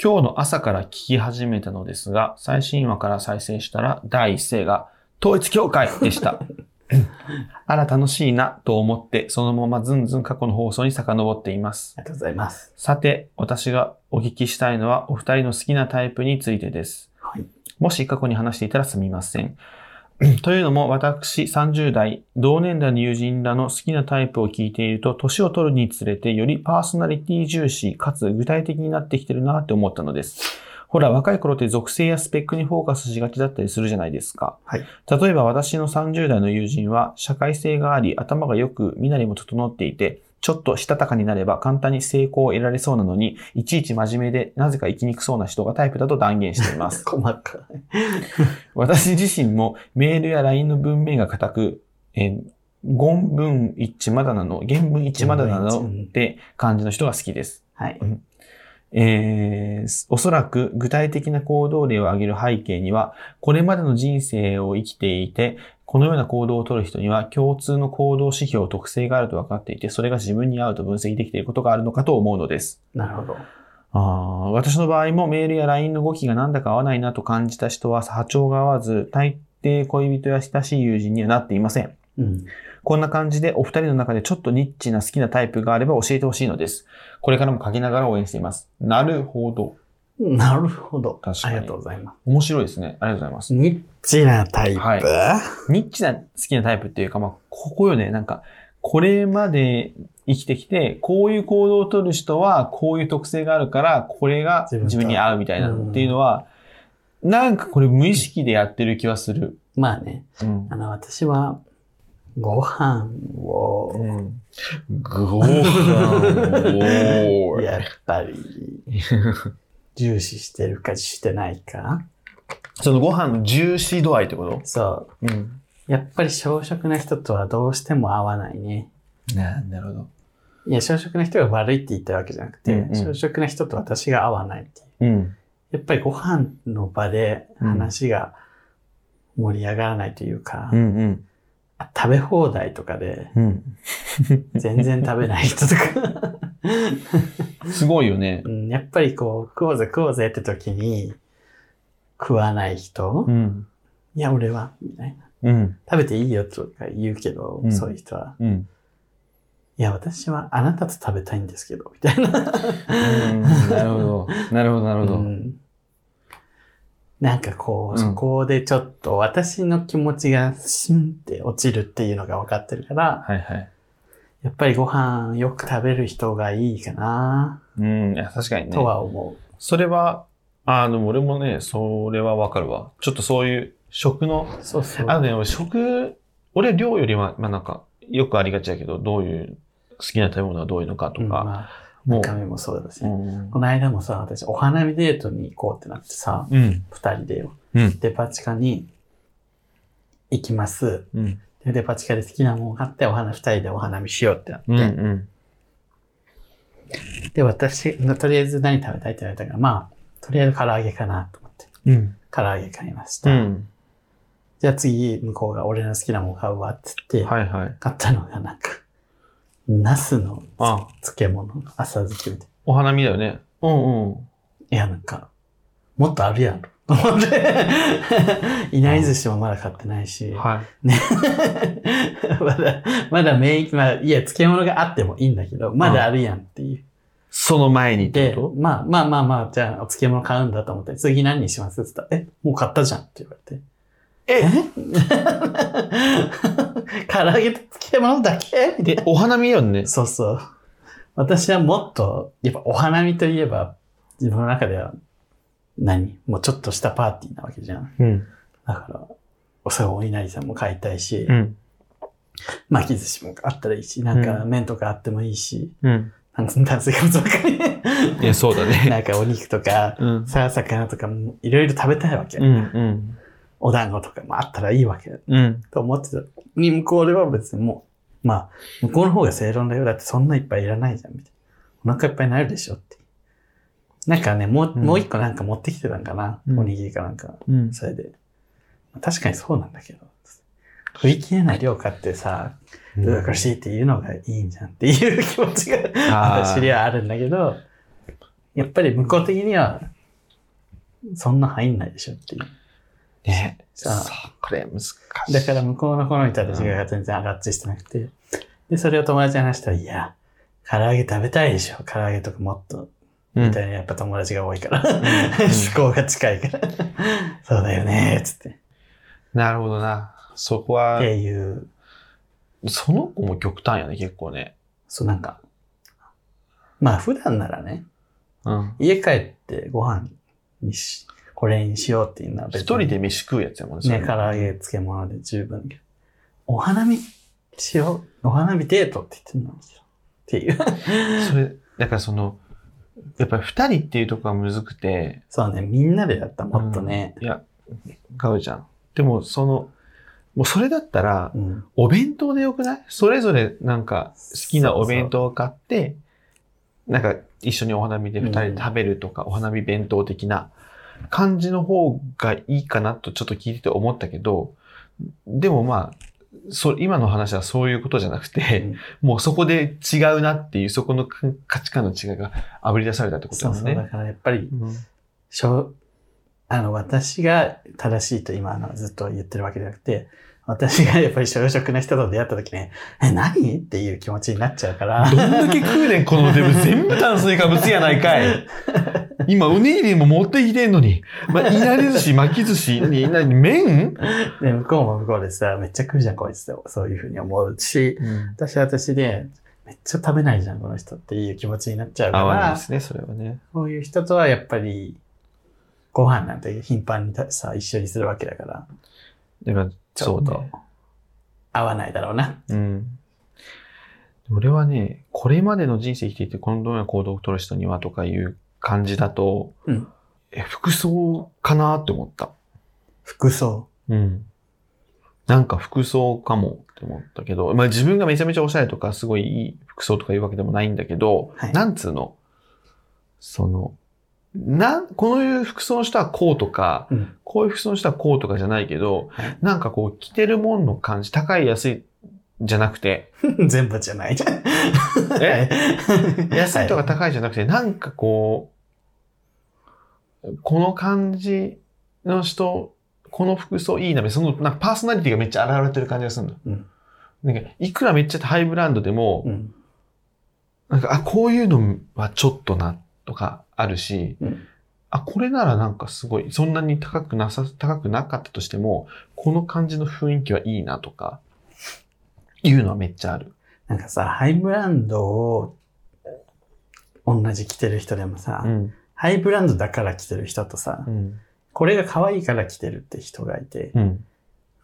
Speaker 2: 今日の朝から聞き始めたのですが、最新話から再生したら第一声が統一教会で *laughs* した。あら、楽しいなと思って、そのままずんずん過去の放送に遡っています。
Speaker 1: ありがとうございます。
Speaker 2: さて、私がお聞きしたいのはお二人の好きなタイプについてです。
Speaker 1: はい
Speaker 2: もし過去に話していたらすみません。 *clears throat* というのも私30代、同年代の友人らの好きなタイプを聞いていると、年を取るにつれてよりパーソナリティ重視かつ具体的になってきてるなって思ったのです。ほら、若い頃って属性やスペックにフォーカスしがちだったりするじゃないですか。
Speaker 1: はい
Speaker 2: 例えば私の30代の友人は社会性があり、頭がよく、身なりも整っていて、ちょっとしたたかになれば簡単に成功を得られそうなのに、いちいち真面目で、なぜか生きにくそうな人がタイプだと断言しています。
Speaker 1: 細かい。
Speaker 2: 私自身もメールや LINE の文面が硬く、えー、言文一致まだなの、原文一致まだな
Speaker 1: 原
Speaker 2: の
Speaker 1: 文一致
Speaker 2: って感じの人が好きです。
Speaker 1: はい。
Speaker 2: えーおそらく具体的な行動例を挙げる背景には、これまでの人生を生きていて、このような行動を取る人には共通の行動指標、特性があると分かっていて、それが自分に合うと分析できていることがあるのかと思うのです。
Speaker 1: なるほど。
Speaker 2: ああ私の場合もメールや LINE の動きがなんだか合わないなと感じた人は波長が合わず、大抵恋人や親しい友人にはなっていません。
Speaker 1: うん。
Speaker 2: こんな感じでお二人の中でちょっとニッチな好きなタイプがあれば教えてほしいのです。これからも書きながら応援しています。なるほど。
Speaker 1: なるほど。
Speaker 2: 確かに
Speaker 1: ありがとうございま
Speaker 2: 面白いですね。ありがとうございます
Speaker 1: す。。ニッチなタイプ、
Speaker 2: はいニッチな好きなタイプっていうか、まあ、ここよね。なんか、これまで生きてきて、こういう行動をとる人は、こういう特性があるから、これが
Speaker 1: 自分と
Speaker 2: 自分に合うみたいな
Speaker 1: うん
Speaker 2: っていうのは、なんかこれ無意識でやってる気はする。
Speaker 1: まあね、
Speaker 2: うん
Speaker 1: あ。の、私は、ご飯を、
Speaker 2: ご *laughs* 飯
Speaker 1: やっぱ
Speaker 2: *laughs*
Speaker 1: り、重視してるかしてないか。
Speaker 2: そのご飯の重視度合いってこと
Speaker 1: そ
Speaker 2: うん。
Speaker 1: う。やっぱり小食な人とはどうしても合わないね。
Speaker 2: ななるほど。
Speaker 1: いや、小食な人が悪いって言ったわけじゃなくて、
Speaker 2: うんうん
Speaker 1: 小食な人と私が合わないっていう。
Speaker 2: うん。
Speaker 1: やっぱりご飯の場で話が盛り上がらないというか、
Speaker 2: うんうん。
Speaker 1: 食べ放題とかで
Speaker 2: うん。
Speaker 1: 全然食べない人とか。
Speaker 2: すごいよね
Speaker 1: う。ん、やっぱりこう、食おうぜ食おうぜって時に、食わない人、
Speaker 2: ん。
Speaker 1: いや、俺は、みたいな。
Speaker 2: うん。
Speaker 1: 食べていいよとか言うけど、
Speaker 2: うん
Speaker 1: そういう人は、
Speaker 2: うん。
Speaker 1: いや、私はあなたと食べたいんですけど、みたいな。
Speaker 2: *laughs* なるほど。 *laughs* なるほど、なるほ
Speaker 1: う
Speaker 2: ど。
Speaker 1: んなんかこ
Speaker 2: うん
Speaker 1: う、そこでちょっと私の気持ちがシンって落ちるっていうのが分かってるから、
Speaker 2: はいはい。
Speaker 1: やっぱりご飯よく食べる人がいいかな
Speaker 2: うん、いや確かにね
Speaker 1: と。は思
Speaker 2: それは、あの、俺もね、それはわかるわ。ちょっとそういう食の
Speaker 1: う。そうそう。
Speaker 2: あのね、俺食、俺量よりは、まあなんか、よくありがちだけど、どういう、好きな食べ物はどういうのかと
Speaker 1: うん
Speaker 2: か、
Speaker 1: まあ、
Speaker 2: も
Speaker 1: 中身もそうだし、
Speaker 2: う、うん
Speaker 1: この間もさ、私お花見デートに行こうってなってさ、
Speaker 2: うん、
Speaker 1: 二人でよ。
Speaker 2: うん
Speaker 1: デパ地下に行きます。
Speaker 2: うん、
Speaker 1: でデパ地下で好きなものを買ってお花、二人でお花見しようってなって。
Speaker 2: うん、うん、
Speaker 1: で、私、とりあえず何食べたいって言われたから、まあ、とりあえず唐揚げかなと思って、
Speaker 2: うん、
Speaker 1: 唐揚げ買いました。
Speaker 2: うん、
Speaker 1: じゃあ次、向こうが俺の好きなもん買うわって言って、
Speaker 2: はいはい。
Speaker 1: 買ったのがなんか、茄子の
Speaker 2: あ、
Speaker 1: 漬物、浅漬けみたい
Speaker 2: お花見だよね。うん、うん。
Speaker 1: な。いや、なんか、もっとあるや *laughs* ろ。と思って、いなり寿司もまだ買ってないし、
Speaker 2: はい。
Speaker 1: *laughs* まだ、まだ免疫、まあ、いや、漬物があってもいいんだけど、まだあるやんっていう。
Speaker 2: その前にって
Speaker 1: で
Speaker 2: こ、
Speaker 1: まあまあまあまあ、じゃあお漬物買うんだと思って、次何にしますって言ったら、え、もう買ったじゃんって言われて。え *laughs* 唐揚げと漬物だけ
Speaker 2: とで、お花見だよね。
Speaker 1: そうそう。私はもっと、やっぱお花見といえば、自分の中では何、もうちょっとしたパーティーなわけじゃん。
Speaker 2: うん、
Speaker 1: だから、おそばお稲荷さんも買いたいし、
Speaker 2: うん、
Speaker 1: 巻き寿司もあったらいいし、なんか
Speaker 2: う
Speaker 1: 麺とかあってもいいし、
Speaker 2: うん。
Speaker 1: 炭水化物ばっかりね。
Speaker 2: *laughs* いや、そうだね。
Speaker 1: なんかお肉とか、
Speaker 2: うん、
Speaker 1: さあ魚とかもいろいろ食べたいわけ、
Speaker 2: うん、うん、
Speaker 1: お団子とかもあったらいいわけ
Speaker 2: うん、
Speaker 1: と思ってたに向こうでは別にもうまあ向こうの方が正論だよだってそんないっぱいいらないじゃんみたいなお腹いっぱいになるでしょってなんかねもう,、
Speaker 2: うん
Speaker 1: もう一個なんか持ってきてたんかな、
Speaker 2: うん
Speaker 1: おにぎりかなんか
Speaker 2: うん。
Speaker 1: それで確かにそうなんだけど食い切れない量買ってさ苦しいっていうのがいいんじゃんっていう気持ちが
Speaker 2: あー
Speaker 1: *laughs* 私にはあるんだけど、やっぱり向こう的には、そんな入んないでしょっていう。
Speaker 2: ね。
Speaker 1: さあ
Speaker 2: さあ、これ難しい。
Speaker 1: だから向こうの好みと私が全然合致してなくて。で、それを友達に話したら、いや、唐揚げ食べたいでしょ。唐揚げとかもっと。
Speaker 2: うん、
Speaker 1: みたいな、やっぱ友達が多いから。思
Speaker 2: うん
Speaker 1: 考が近いから。そうだよね、つって。っ
Speaker 2: *laughs* なるほどな。そこは、
Speaker 1: ていう、
Speaker 2: その子も極端やね、結構ね。
Speaker 1: そうなんか、まあ普段ならね、
Speaker 2: うん。
Speaker 1: 家帰ってご飯にし、これにしようっていうのは
Speaker 2: 一
Speaker 1: 別に
Speaker 2: 人で飯食うやつやもんね。それ
Speaker 1: ね、唐揚げ漬物で十分だけど。お花見しよう。お花見デートって言ってるのにっていう。
Speaker 2: それ、だからその、やっぱり二人っていうとこがむずくて、
Speaker 1: そうね、みんなでやったらもっとね。
Speaker 2: いや、買うじゃん。でも、その、もうそれだったら
Speaker 1: う、ん。
Speaker 2: お弁当でよくないそれぞれなんか好きなお弁当を買って、なんか一緒にお花見で二人で食べるとか、お花見弁当的な感じの方がいいかなとちょっと聞いてて思ったけど、でもまあ、そ今の話はそういうことじゃなくて、もうそこで違うなっていう、そこのか価値観の違いがあぶり出されたってこと
Speaker 1: そう
Speaker 2: です
Speaker 1: そう。だ
Speaker 2: ね。
Speaker 1: からやっぱり、
Speaker 2: うん
Speaker 1: しょあの、私が正しいと今のずっと言ってるわけじゃなくて、私がやっぱり小食な人と出会った時ね、え、何っていう気持ちになっちゃうから。 *laughs*
Speaker 2: どんだけ食うねん、このデブ。全部炭水化物やないかい。今、おにぎりも持ってきてんのに。ま、いなり寿
Speaker 1: *laughs*
Speaker 2: 司、巻き寿司、に、なに、麺
Speaker 1: で、向こうも向こうでさ、めっちゃ食うじゃん、こいつと。そういうふうに思うし、私は私で、めっちゃ食べないじゃん、この人っていう気持ちになっちゃうか
Speaker 2: 合わない
Speaker 1: ら
Speaker 2: で、すね、それはね。
Speaker 1: こういう人とはやっぱり、ご飯なんて頻繁にさ、一緒にするわけだから、
Speaker 2: だから、
Speaker 1: ちょ
Speaker 2: そ
Speaker 1: っ
Speaker 2: う
Speaker 1: と
Speaker 2: だ。
Speaker 1: 合わないだろうな。
Speaker 2: うん。俺はね、これまでの人生生きていて、このどんな行動を取る人にはとかいう感じだと、
Speaker 1: うん
Speaker 2: え服装かなって思った。
Speaker 1: 服装。
Speaker 2: うん。なんか服装かもって思ったけど、まあ自分がめちゃめちゃおしゃれとかすごいいい服装とかいうわけでもないんだけど、
Speaker 1: はい
Speaker 2: なんつうの、その、なん、こういう服装の人はこうとか、 *laughs*
Speaker 1: うん。
Speaker 2: こういう服装の人はこうとかじゃないけど
Speaker 1: はい、
Speaker 2: なんかこう着てるもんの感じ、高い安いじゃな
Speaker 1: *laughs*
Speaker 2: くて、
Speaker 1: 全部じゃない。
Speaker 2: え
Speaker 1: はい
Speaker 2: 安いとか
Speaker 1: は
Speaker 2: 高いじゃなくて、なんかこう、この感じの人、この服装いいな、そのなんかパーソナリティがめっちゃ現れてる感じがするの。
Speaker 1: うん
Speaker 2: なんかいくらめっちゃハイブランドでも、
Speaker 1: うん。
Speaker 2: なんか、あ、こういうのはちょっとな、とかあるし、
Speaker 1: うん
Speaker 2: あ、これならなんかすごい、そんなに高くなさ、高くなかったとしても、この感じの雰囲気はいいなとか、いうのはめっちゃある。
Speaker 1: なんかさ、ハイブランドを、同じ着てる人でもさ、
Speaker 2: うん。
Speaker 1: ハイブランドだから着てる人とさ、
Speaker 2: うん。
Speaker 1: これが可愛いから着てるって人がいて、
Speaker 2: うん。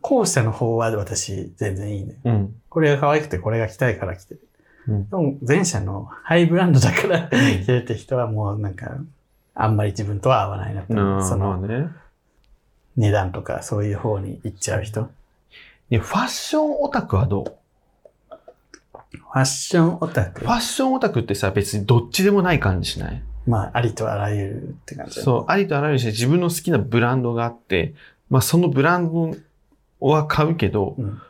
Speaker 1: 後者の方は私全然いいね。
Speaker 2: うん。
Speaker 1: これが可愛くてこれが着たいから着てる。
Speaker 2: うん
Speaker 1: でも前者のハイブランドだから着てるって人はもうなんか、あんまり自分とは合わないなって思う、その
Speaker 2: まあね。
Speaker 1: 値段とかそういう方に行っちゃう人。
Speaker 2: で、ファッションオタクはどう
Speaker 1: ファッションオタク
Speaker 2: フ。ァッションオタクってさ、別にどっちでもない感じしない
Speaker 1: まあ、ありとあらゆるって感じだね。
Speaker 2: そう、ありとあらゆるし、自分の好きなブランドがあって、まあそのブランドは買うけど、
Speaker 1: うん。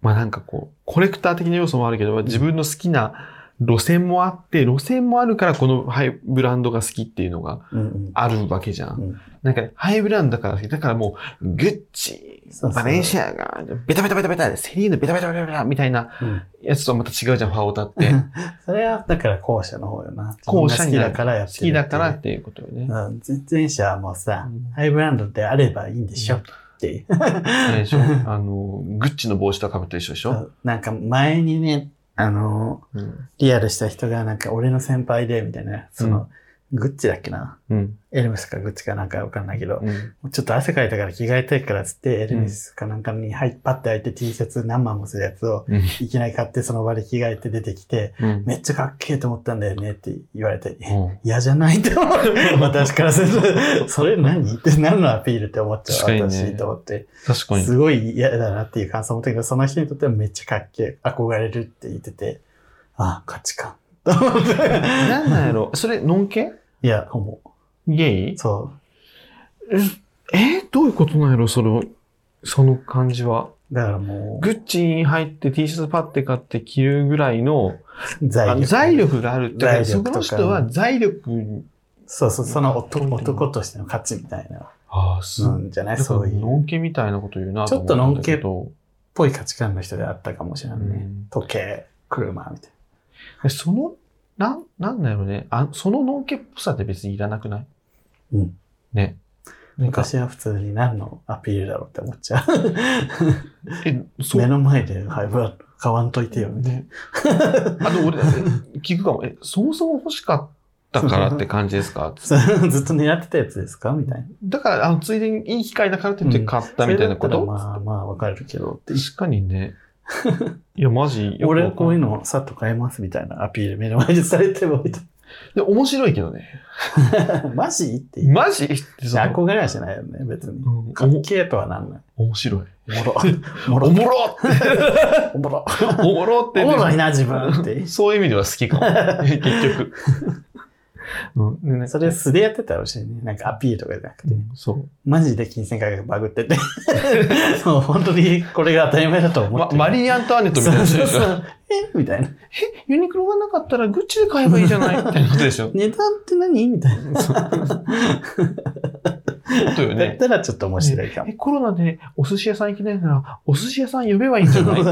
Speaker 2: まあなんかこう、コレクター的な要素もあるけど、自分の好きな路線もあって、路線もあるからこのハイブランドが好きっていうのが
Speaker 1: うんうん。
Speaker 2: あるわけじゃん。
Speaker 1: うん
Speaker 2: なんかハイブランドだから、だからもう、グッチ
Speaker 1: そう、そう
Speaker 2: バレンシアが、ベタベタベタベタ、セリーヌベタベタベタベタみたいな
Speaker 1: うん
Speaker 2: やつとはまた違うじゃん、ファオ
Speaker 1: *laughs*
Speaker 2: タって。好
Speaker 1: それは、だから後者の方よな。
Speaker 2: 後者
Speaker 1: 自
Speaker 2: に
Speaker 1: 分が好き
Speaker 2: なる
Speaker 1: だからやってるってい
Speaker 2: き
Speaker 1: う
Speaker 2: だからっていうことよね。
Speaker 1: うん、前前者はもうさ、
Speaker 2: うん
Speaker 1: ハイブランドであればいいんでしょっていう。
Speaker 2: あれでしょ *laughs* あの、グッチの帽子とかぶってる人でしょ、
Speaker 1: *laughs* なんか前にね、あの、
Speaker 2: うん、
Speaker 1: リアルした人がなんか俺の先輩で、みたいな、その、グッチだっけな。
Speaker 2: うん。
Speaker 1: エルメスかグッチかなんかわかんないけど、
Speaker 2: うん。
Speaker 1: ちょっと汗かいたから着替えたいからっつって、エルメスかなんかに入っパって開いて T シャツ何万もするやつを、
Speaker 2: うん。
Speaker 1: いきなり買ってその場で着替えて出てきて、
Speaker 2: うん。
Speaker 1: めっちゃかっけえと思ったんだよねって言われて、
Speaker 2: うん
Speaker 1: 嫌じゃないって
Speaker 2: *laughs*
Speaker 1: 思う。私からすると、それ何って何のアピールって思っちゃ
Speaker 2: 確
Speaker 1: う。
Speaker 2: かにね
Speaker 1: 私と思って。
Speaker 2: 確かに。
Speaker 1: すごい嫌だなっていう感想を持ったけど、その人にとってはめっちゃかっけえ。憧れるって言ってて、ああ、価値観。と思って
Speaker 2: なんな
Speaker 1: *laughs*
Speaker 2: んやろそれ、ノン系
Speaker 1: いや、ほぼ。
Speaker 2: ゲイ
Speaker 1: そ
Speaker 2: えどういうことなんやろその、その感じは。
Speaker 1: う。だからも
Speaker 2: グッチに入って T シャツパッて買って着るぐらいの
Speaker 1: う、財
Speaker 2: あの
Speaker 1: 力。
Speaker 2: 財力があるって。だから
Speaker 1: 財
Speaker 2: そ
Speaker 1: 力と
Speaker 2: の
Speaker 1: か
Speaker 2: 人は財力、
Speaker 1: そうそう、その男男としての価値みたいな、
Speaker 2: ああ、す
Speaker 1: うん、じゃないそういう。
Speaker 2: ノンケみたいなこと言うな
Speaker 1: ちょっと
Speaker 2: 思たんだけ
Speaker 1: ノぽい価値観の人であったかもしれないね。
Speaker 2: うん
Speaker 1: 時計、車みたい
Speaker 2: ど。その、なん、なんだろうね。あそのノンケっぽさって別にいらなくない
Speaker 1: うん。
Speaker 2: ね。
Speaker 1: な。
Speaker 2: なんか、
Speaker 1: 昔は普通に何のアピールだろうって思っちゃう。
Speaker 2: え、そう
Speaker 1: 目の前でハイブランド買わんといてよ、みたい
Speaker 2: ね。あと俺、聞くかも。え、そもそも欲しかったからって感じで
Speaker 1: *laughs*
Speaker 2: すか
Speaker 1: な。ずっと狙ってたやつですかみたいな。
Speaker 2: だから、あの、ついでにいい機会だからって言って買ったみたいなこ
Speaker 1: そ
Speaker 2: と、
Speaker 1: れだったらまあまあわかるけどって。
Speaker 2: 確か
Speaker 1: *laughs*
Speaker 2: にね。いや、マジよく
Speaker 1: 俺
Speaker 2: わか
Speaker 1: こうい
Speaker 2: ん
Speaker 1: う
Speaker 2: ない。
Speaker 1: のさっと買えますみたいなアピール目の前でされても *laughs*
Speaker 2: で、面白いけどね。
Speaker 1: マジっていう。
Speaker 2: マジってその
Speaker 1: 憧れはしないよね、別に
Speaker 2: う。ん
Speaker 1: かっけえとはなんない。
Speaker 2: お面白い。
Speaker 1: おもろ。 *laughs* おも
Speaker 2: お
Speaker 1: ろ。
Speaker 2: もろって
Speaker 1: *laughs* おもろ。
Speaker 2: おもろっ
Speaker 1: お
Speaker 2: て。
Speaker 1: もろいな、自分って。
Speaker 2: そういう意味では好きか *laughs* も。結局。うんでね
Speaker 1: それ素でやってたらしいね。なんかアピールとかじゃなくて。
Speaker 2: そう。
Speaker 1: マジで金銭価格バグってて。もう本当にこれが当たり前だと思
Speaker 2: ま
Speaker 1: っ、てる。
Speaker 2: マリー・アントワネットみたいな人
Speaker 1: そう
Speaker 2: でし
Speaker 1: そう
Speaker 2: ょ
Speaker 1: そ。う。えみたいな。
Speaker 2: えユニクロがなかったらグッチで買えばいいじゃないみたいなことでしょ。 *laughs*
Speaker 1: 値段って何みたいな。
Speaker 2: そうよ
Speaker 1: だっ
Speaker 2: ね。
Speaker 1: たらちょっと面白いかも
Speaker 2: え、。コロナでお寿司屋さん行けないなら、お寿司屋さん呼べばいいんじゃない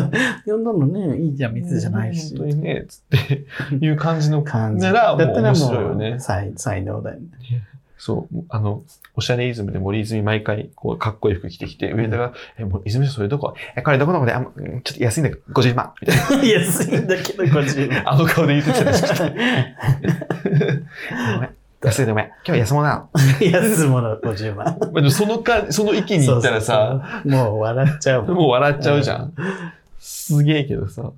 Speaker 1: 呼んだのね、いいじゃん、密じゃないし
Speaker 2: 本。当にね、つって、いう感じの
Speaker 1: 感じ。
Speaker 2: ならもう
Speaker 1: だったら
Speaker 2: 面白いよね
Speaker 1: もう才才能だよね。 *laughs*
Speaker 2: そう、あの、おしゃれイズムで森泉毎回、こう、かっこいい服着てきて、上田が、え、もう、泉さんそれどこえ、これどこどこで、あ、もううんちょっと安いんだけど、50万みたいな。
Speaker 1: 安いんだけど、50円。
Speaker 2: *laughs* あの顔で言ってたらしくて。 *laughs* ごめん。安いでごめん。今日は安物だ。
Speaker 1: 安物50万。
Speaker 2: まあでもそのか、 *laughs* その域に行ったらさ、
Speaker 1: そうそうそうもう笑っちゃうもん。
Speaker 2: もう笑っちゃうじゃん。すげえけどさ。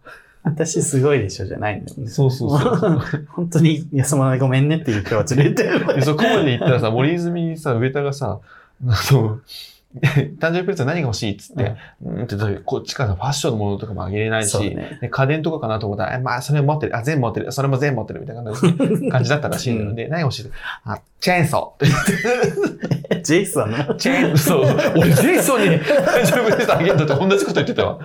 Speaker 1: 私すごいでしょじゃないんだよね。
Speaker 2: そうそう *laughs* そうそう。
Speaker 1: 本当に安物でごめんねっていう気持ちで言ってる。
Speaker 2: でそこまで行ったらさ、森泉にさ、上田がさ、あの、 *laughs* 誕生日プレゼント何が欲しいっつって、うん、ってだってこっちからさファッションのものとかもあげれないし、
Speaker 1: そうね。
Speaker 2: で家電とかかなと思ったら、えまあ、それ持ってる、あ、全部持ってる、それも全部持ってるみたいな感じ感じだったらしいので、何が欲しいってあ、チェーンソーって
Speaker 1: ジェイソンの、
Speaker 2: チェーンソー。俺、ジェーンソーに誕生日プレゼントあげるのと同じこと言ってたわ。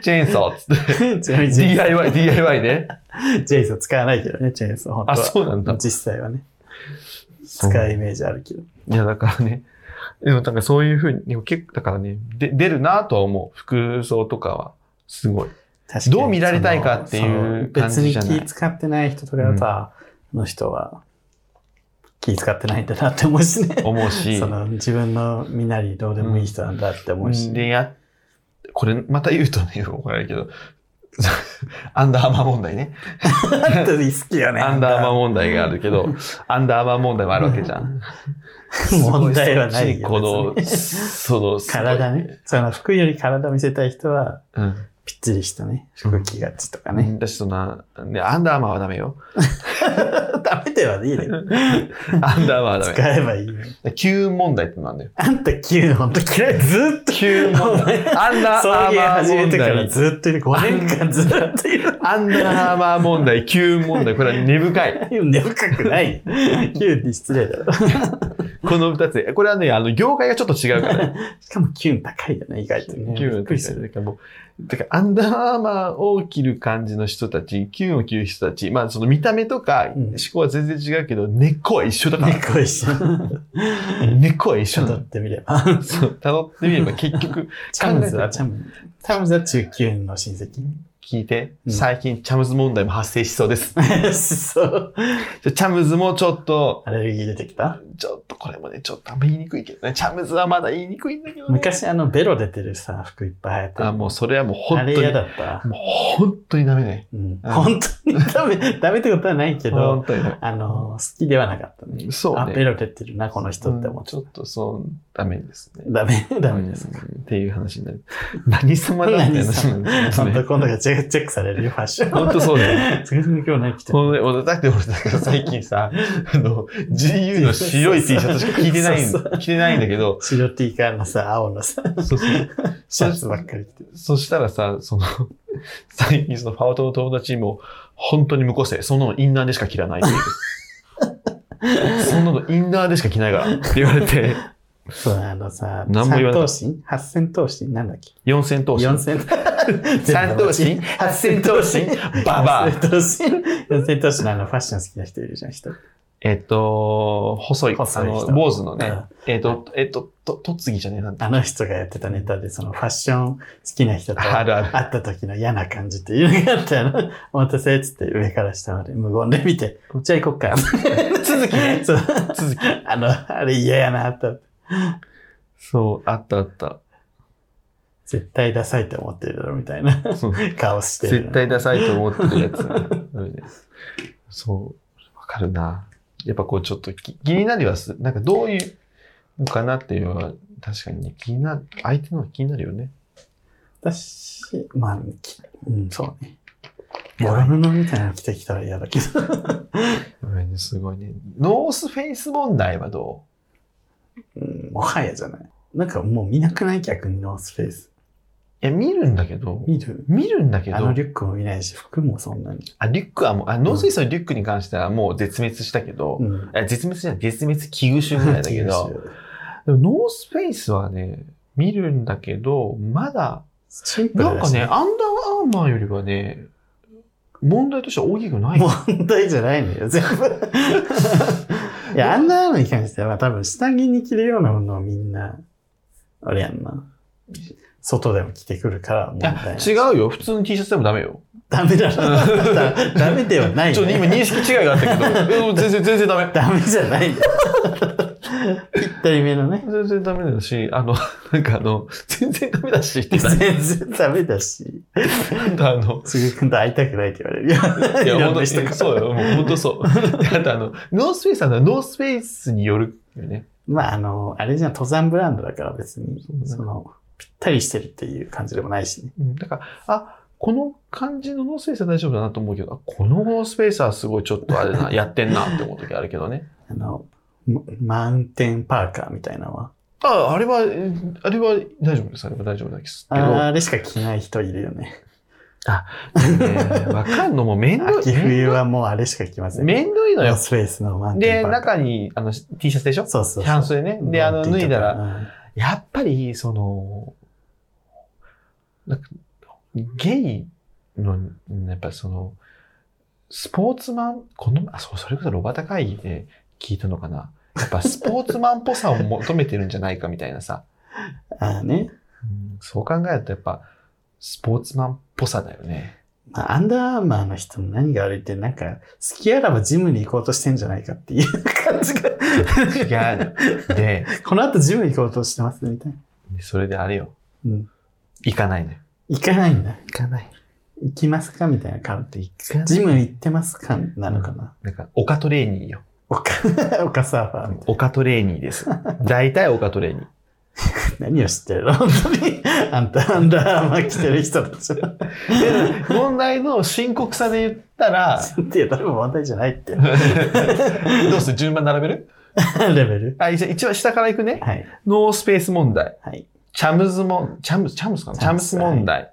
Speaker 2: チェーンソーっつって。
Speaker 1: *laughs* ちなみにジェイ
Speaker 2: DIY、DIY ね。
Speaker 1: ジェイソン使わないけどね、チェーンソー。本当
Speaker 2: あ、
Speaker 1: は
Speaker 2: そうなんだ。
Speaker 1: 実際はね。使うイメージあるけど。
Speaker 2: いや、だからね、でもなんかそういうふうに、でも結構、だからね、で出るなとは思う。服装とかは、すごい。
Speaker 1: 確かに
Speaker 2: どう見られたいかっていう
Speaker 1: その
Speaker 2: 感じじゃない
Speaker 1: 別に気使ってない人とかだと、あの人は気使ってないんだなって思うしね。
Speaker 2: 思うし
Speaker 1: *laughs* そ、の自分の身なりどうでもいい人なんだって思うし。 *laughs*
Speaker 2: で、や、これまた言うとね、怒られるけど、 *laughs* アンダーアーマー問題ね。
Speaker 1: 本当に好きよね。
Speaker 2: アンダーアーマー
Speaker 1: も
Speaker 2: 問題があるけ
Speaker 1: *laughs*
Speaker 2: ど、アンダーアーマー問題もあるわけじゃん。
Speaker 1: 問題はないよ
Speaker 2: この、
Speaker 1: 別に
Speaker 2: その、すごい
Speaker 1: 体。ね。その服より体見せたい人は、
Speaker 2: うん。
Speaker 1: ぴっちりしたね。服着がちとかね。
Speaker 2: 私そんな、ね、アンダーアーマーはダメよ。
Speaker 1: *laughs* ダメではいいね
Speaker 2: ア。ンダーアーマーはダ
Speaker 1: *laughs*
Speaker 2: メ。
Speaker 1: 使えばいいよ。
Speaker 2: 急問題ってな
Speaker 1: *laughs*
Speaker 2: んだよ。
Speaker 1: あんた9本当嫌い。ずっと
Speaker 2: 急問題。アンダー
Speaker 1: そう
Speaker 2: ア
Speaker 1: いう
Speaker 2: ーマ
Speaker 1: 始
Speaker 2: ー
Speaker 1: め
Speaker 2: 問
Speaker 1: てから
Speaker 2: 題。
Speaker 1: ずっといる。5年間ずっといる。
Speaker 2: アンダーアーマー問題、急問題。これは根深い。
Speaker 1: 根深く *laughs* ない。キュンって失礼だろ。
Speaker 2: この二つ。これはね、あの、業界がちょっと違
Speaker 1: *laughs*
Speaker 2: うから、ね。
Speaker 1: しかもキュン高いよね、意外とね。
Speaker 2: *laughs* 急
Speaker 1: びっ
Speaker 2: 問
Speaker 1: くりする。
Speaker 2: だからもう、だからアンダーアーマーを着る感じの人たち、急を着る人たち、まあ、その見た目とか
Speaker 1: うん
Speaker 2: 思考は全然違うけど、根っこは一緒だから。
Speaker 1: 猫一緒。
Speaker 2: 根っこは一緒な
Speaker 1: 辿
Speaker 2: の。
Speaker 1: ってみれ *laughs* ば。
Speaker 2: そう、辿ってみれば結局、
Speaker 1: チャムズはチャムズ。チャムズは中級の親
Speaker 2: 聞いて、
Speaker 1: うん
Speaker 2: 最近チャムズ問題も発生しそうです。
Speaker 1: 戚。 *laughs* そう。
Speaker 2: じゃチャムズもちょっと、
Speaker 1: アレルギー出てきた
Speaker 2: ちょっとこれもね、ちょっとあんま言いにくいけどね。チャムズはまだ言いにくいんだけどね。
Speaker 1: 昔あのベロ出てるさ、服いっぱい流行ってる
Speaker 2: あ、もうそれはもう本
Speaker 1: あ
Speaker 2: 当に
Speaker 1: れ、嫌だった。
Speaker 2: もう本当にダメね。
Speaker 1: うん。
Speaker 2: うん
Speaker 1: 本当にダメ、ダメってことはないけど、
Speaker 2: 本当にダ
Speaker 1: あの、好きではなかったね。
Speaker 2: メ。そう
Speaker 1: あ、ベ
Speaker 2: ね。
Speaker 1: ロ出てるな、この人って
Speaker 2: う
Speaker 1: 思
Speaker 2: ん
Speaker 1: っ
Speaker 2: ち
Speaker 1: て
Speaker 2: ょっとそう、ダメですね。
Speaker 1: ダメ、ダメです。
Speaker 2: うんっていう話になる。 *laughs* 何様だって話になる。
Speaker 1: 本当今度がチェックチェックされるよ、ファッション。
Speaker 2: 本当そうだよ。
Speaker 1: すごい今日何着てる
Speaker 2: ほんで俺だって俺、だから最近さ、あの、GU の白い T シャツしか着てない
Speaker 1: そうそ、う
Speaker 2: 着てないんだ
Speaker 1: *laughs*
Speaker 2: けど、
Speaker 1: 白 T カーのさ、青のさ、
Speaker 2: そうそう。
Speaker 1: シャツばっかり着てる。
Speaker 2: そしたらさ、その、 *laughs* 最近そのファオトの友達にも、本当に無個性、そんなのインナーでしか着らないっていう。そんなのインナーでしか着ないからって言われて、
Speaker 1: そう、あのさ、
Speaker 2: 何も言わなかっ
Speaker 1: 三頭身八千頭身なんだっけ
Speaker 2: 四千頭
Speaker 1: 四
Speaker 2: 身。
Speaker 1: 千
Speaker 2: 三頭身八千頭身ババア
Speaker 1: 八千頭身四千頭身のあのファッション好きな人いるじゃん、人。
Speaker 2: えっと、細い、
Speaker 1: 細い
Speaker 2: あの、
Speaker 1: 人
Speaker 2: 坊主の
Speaker 1: う
Speaker 2: ね
Speaker 1: ん、
Speaker 2: えっと、えっと、と、とつぎじゃねえなんだ。
Speaker 1: あの人がやってたネタで、そのファッション好きな人と
Speaker 2: あ
Speaker 1: 会
Speaker 2: るある。
Speaker 1: った時の嫌な感じっていうの *laughs* があったよな。お待たせっつって上から下まで無言で見て、じゃあ行こっか。 *laughs*
Speaker 2: 続きね。
Speaker 1: そう
Speaker 2: 続き。
Speaker 1: あの、あれ嫌やなと。
Speaker 2: そう、あったあった。
Speaker 1: 絶対ダサいと思ってるだろみたいな
Speaker 2: そう
Speaker 1: 顔してる。
Speaker 2: 絶対ダサいと思ってるやつ、
Speaker 1: *laughs*
Speaker 2: ね。そう、わかるな。やっぱこうちょっとき気になりはする。なんかどういうのかなっていうのは確かにね、気になる、相手の方が気になるよね。
Speaker 1: 私、まあ、きうん、そうね。
Speaker 2: や
Speaker 1: ボ
Speaker 2: ば
Speaker 1: ロ
Speaker 2: い
Speaker 1: 布みたいなの着てきたら嫌だけど。 *laughs*
Speaker 2: やばいねすごいね。ノースフェイス問題はど
Speaker 1: うん、もはやじゃない。なんかもう見なくない逆にノースフェイス。
Speaker 2: ういや、見るんだけど、
Speaker 1: 見る
Speaker 2: 見るんだけど、
Speaker 1: あのリュックも見ないし、服もそんなに。
Speaker 2: あリュックはもう、あノースフェイスのリュックに関してはもう絶滅したけど、
Speaker 1: うん。
Speaker 2: あ絶滅じゃない、絶滅危惧種ぐらい
Speaker 1: *laughs*
Speaker 2: だけど、でもノースフェイスはね、見るんだけど、まだ、
Speaker 1: シンプル
Speaker 2: なん
Speaker 1: だ
Speaker 2: か
Speaker 1: し
Speaker 2: ね、アンダーアーマーよりはね、問題としては大きくない。
Speaker 1: 問題じゃないのよ、全部。いや、あんなのに関しては多分下着に着るようなものをみんな、あれやんな。外でも着てくるから問
Speaker 2: い
Speaker 1: 題
Speaker 2: や、。違うよ。普通の T シャツでもダメよ。
Speaker 1: ダメだろ。
Speaker 2: *laughs*
Speaker 1: だダメではない、
Speaker 2: ちょっと今
Speaker 1: ね。
Speaker 2: 認識違いがあっ
Speaker 1: *laughs*
Speaker 2: たけど、うん全然、全然ダメ。
Speaker 1: ダメじゃないよ。ぴったりめのね。
Speaker 2: 全然ダメだし、あの、なんかあの、全然ダメだしって言っ
Speaker 1: 全然ダメだし、
Speaker 2: たな
Speaker 1: *laughs*
Speaker 2: んだあの、
Speaker 1: すぐ君と会いたくないって言われるよ。
Speaker 2: いや、
Speaker 1: ろん
Speaker 2: 本当
Speaker 1: な
Speaker 2: に、
Speaker 1: 人から
Speaker 2: そうよ。もう本当そう。であとあの、ノースフェイスはノースフェイスによるよね。
Speaker 1: まあ、あの、あれじゃん登山ブランドだから別に
Speaker 2: そう、ね
Speaker 1: その、ぴったりしてるっていう感じでもないしね。
Speaker 2: うんだから、あ、この感じのノースフェイスは大丈夫だなと思うけど、あこのノースフェイスはすごいちょっとあれだな、やってんなって思う時あるけどね。
Speaker 1: あの、ママウンテンパーカーみたいなのは。
Speaker 2: あ、あれは、えあれは大丈夫です。あれは大丈夫なんですけど。
Speaker 1: あれしか着ない人いるよね。
Speaker 2: ねえわかんのも面倒
Speaker 1: 秋
Speaker 2: い。
Speaker 1: 冬はもうあれしか着ません。
Speaker 2: 面倒いの
Speaker 1: ノー
Speaker 2: よ。
Speaker 1: スフェイスのマウンテ
Speaker 2: で、
Speaker 1: ンパーカー。
Speaker 2: 中にあの T シャツでしょ
Speaker 1: そうそうそう。
Speaker 2: キャンセルね。で、あの、脱いだら、
Speaker 1: ら。
Speaker 2: やっぱり、その、なんか、ゲイの、うんやっぱその、スポーツマン、この、あ、そう、それこそロバタ会議で聞いたのかな。やっぱスポーツマンっぽさを求めてるんじゃないかみたいなさ。
Speaker 1: ああね。
Speaker 2: うんそう考えるとやっぱ、スポーツマンっぽさだよね。
Speaker 1: まあ、アンダーアーマーの人の何が悪いって、なんか、好きあらばジムに行こうとしてんじゃないかっていう感じが。
Speaker 2: 違う。で、
Speaker 1: *laughs* この後ジム行こうとしてますみたいな。
Speaker 2: それであれよ。
Speaker 1: うん。
Speaker 2: 行かないのよ。
Speaker 1: 行かないんだ。
Speaker 2: 行かない。
Speaker 1: 行きますかみたいな感
Speaker 2: で、行かない。
Speaker 1: じ。ジム行ってますかなのかな。
Speaker 2: なんか、オカトレーニーよ。
Speaker 1: おか、 *laughs* おかサーファーみたい
Speaker 2: オカトレーニーです。大体オカトレーニー。
Speaker 1: な。何を知ってるの本 *laughs* 当に。あんた、アンダーアーマー着てる人たち。
Speaker 2: で問題の深刻さで言った
Speaker 1: *laughs*
Speaker 2: ら、
Speaker 1: っていう、多分問題じゃない
Speaker 2: *laughs*
Speaker 1: って。
Speaker 2: どうする順番並べる
Speaker 1: レベル。
Speaker 2: あ、一応一番下からいくね。
Speaker 1: はい。
Speaker 2: ノースペース問題。
Speaker 1: はい。
Speaker 2: チャムズも、チャムズ、チャムズかなチ
Speaker 1: チ
Speaker 2: ャ
Speaker 1: ャ
Speaker 2: ム
Speaker 1: ム
Speaker 2: ス
Speaker 1: ス
Speaker 2: 問題。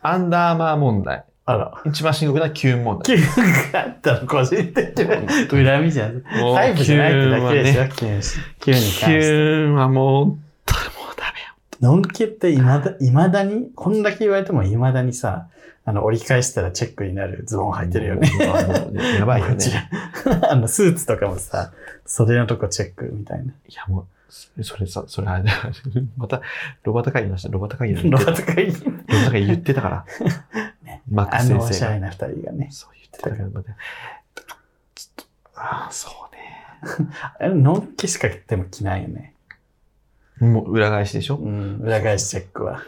Speaker 2: アンダーマー問題。
Speaker 1: あら。
Speaker 2: 一番深刻なキューン問題。
Speaker 1: キュンがあったの、個人的に。恨みじゃん。
Speaker 2: もう
Speaker 1: タイプじゃないってだけで
Speaker 2: キューンはね
Speaker 1: しょ、キュンし。キュンに関
Speaker 2: キュ
Speaker 1: して。
Speaker 2: ーンはもう、もうダメよ。
Speaker 1: ノンケっていまだ、いまだに、こんだけ言われてもいまだにさ、あの、折り返したらチェックになるズボン履いてるよね。
Speaker 2: もう。もうやばいよね。
Speaker 1: *laughs* あの、スーツとかもさ、袖のとこチェックみたいな。
Speaker 2: いやもう、それさ、それあれだよ。また、ロバタ会議の話だ。ロバタ会議の話
Speaker 1: ロバとかいい。
Speaker 2: でもなんか言って
Speaker 1: *laughs*
Speaker 2: たから。マック
Speaker 1: あ
Speaker 2: ス
Speaker 1: の、お
Speaker 2: 先
Speaker 1: し
Speaker 2: 生
Speaker 1: ゃ
Speaker 2: が。
Speaker 1: れな二人がね。
Speaker 2: そう言ってたから、また。ちょっと、ああ、そうね。
Speaker 1: あ *laughs* れ、ノンケしかでも着ないよね。
Speaker 2: もう裏返しでしょ
Speaker 1: うん、裏返しチェックは。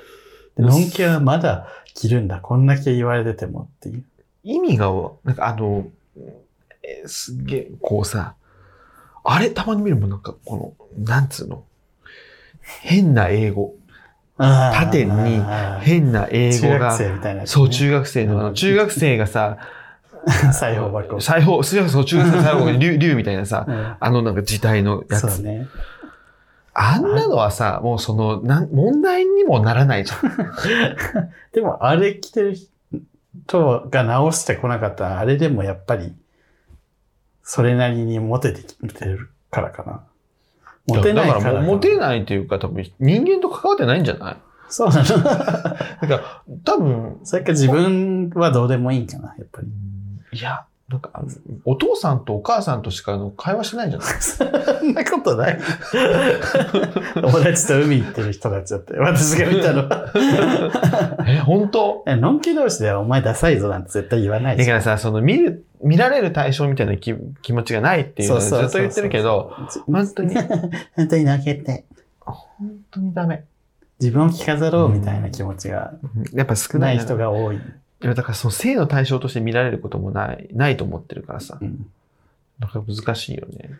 Speaker 1: でノンケはまだ着るんだ。こんだけ言われててもっていう。
Speaker 2: 意味が、なんかあの、えーすっげえ、こうさ、あれたまに見るもん、なんかこの、なんつうの。変な英語。
Speaker 1: 縦
Speaker 2: 縦に変な英語
Speaker 1: 中学
Speaker 2: が。
Speaker 1: 生みたいなやつね。
Speaker 2: そ
Speaker 1: *laughs*
Speaker 2: う、中学生の、あ
Speaker 1: う
Speaker 2: の
Speaker 1: ん
Speaker 2: 中学生がさ、
Speaker 1: 裁縫箱。
Speaker 2: 裁縫、そうそう中学生の裁縫が竜 *laughs* 竜みたいなさ、
Speaker 1: うん
Speaker 2: あのなんか字体のやつ
Speaker 1: そう。ね。
Speaker 2: あんなのはさ、もうその、なん問題にもならないじゃん。
Speaker 1: でも、あれ着てる人が直してこなかったら、あれでもやっぱり、それなりにモテてきてるからかな。 *laughs* モテないから
Speaker 2: だからもうモテないというか、多分人間と関わってないんじゃない
Speaker 1: そうなの。 *laughs*
Speaker 2: だから、多分、
Speaker 1: それか自分はどうでもいいんかな、やっぱり。
Speaker 2: いや、なんか、あのお父さんとお母さんとしかの会話しないんじゃない
Speaker 1: そんなことない。 *laughs* 友達と海行ってる人たちだって、私が見たのは。
Speaker 2: *laughs* *laughs* え、本当
Speaker 1: えのんき同士ではお前ダサいぞなんて絶対言わない
Speaker 2: だ
Speaker 1: じ
Speaker 2: か
Speaker 1: ゃん
Speaker 2: らさ、その見る、見られる対象みたいな気気持ちがないっていうのをず
Speaker 1: そうそう
Speaker 2: っ
Speaker 1: そう
Speaker 2: と言ってるけど、本当に、
Speaker 1: 本当に泣けて。
Speaker 2: 本当にダメ。
Speaker 1: 自分を着飾ろうみたいな気持ちが
Speaker 2: やっぱ少
Speaker 1: *laughs*
Speaker 2: な
Speaker 1: ないい
Speaker 2: な
Speaker 1: 人が多い。
Speaker 2: いやだからその性の対象として見られることもない、ないと思ってるからさ。
Speaker 1: うん
Speaker 2: なんか難しいよね。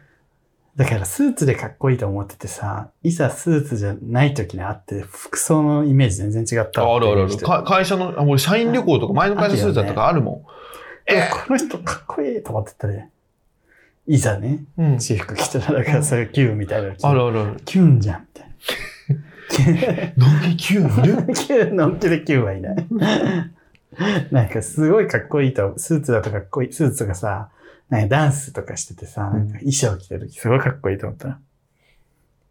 Speaker 1: だからスーツでかっこいいと思っててさ、いざスーツじゃない時にあって、服装のイメージ全然違った
Speaker 2: ああるあるあ
Speaker 1: っていう
Speaker 2: る。
Speaker 1: 人
Speaker 2: か会社の、あ俺社員旅行とか前の会社スーツだったからあるもん。
Speaker 1: いや
Speaker 2: え
Speaker 1: この人かっこいいと思ってたね。いざね、
Speaker 2: うん。
Speaker 1: 私服着てたら、だからそれキュンみたいなの着て。
Speaker 2: あるあるある。
Speaker 1: キュンじゃん、みたいな。キュ
Speaker 2: なんで急 *laughs* にいる
Speaker 1: ン、キ *laughs* ュンのんきでキュンはいない。 *laughs* なんかすごいかっこいいと、スーツだとかっこいい、スーツとかさ、なんかダンスとかしててさ、なんか衣装着てる時すごいかっこいいと思ったら。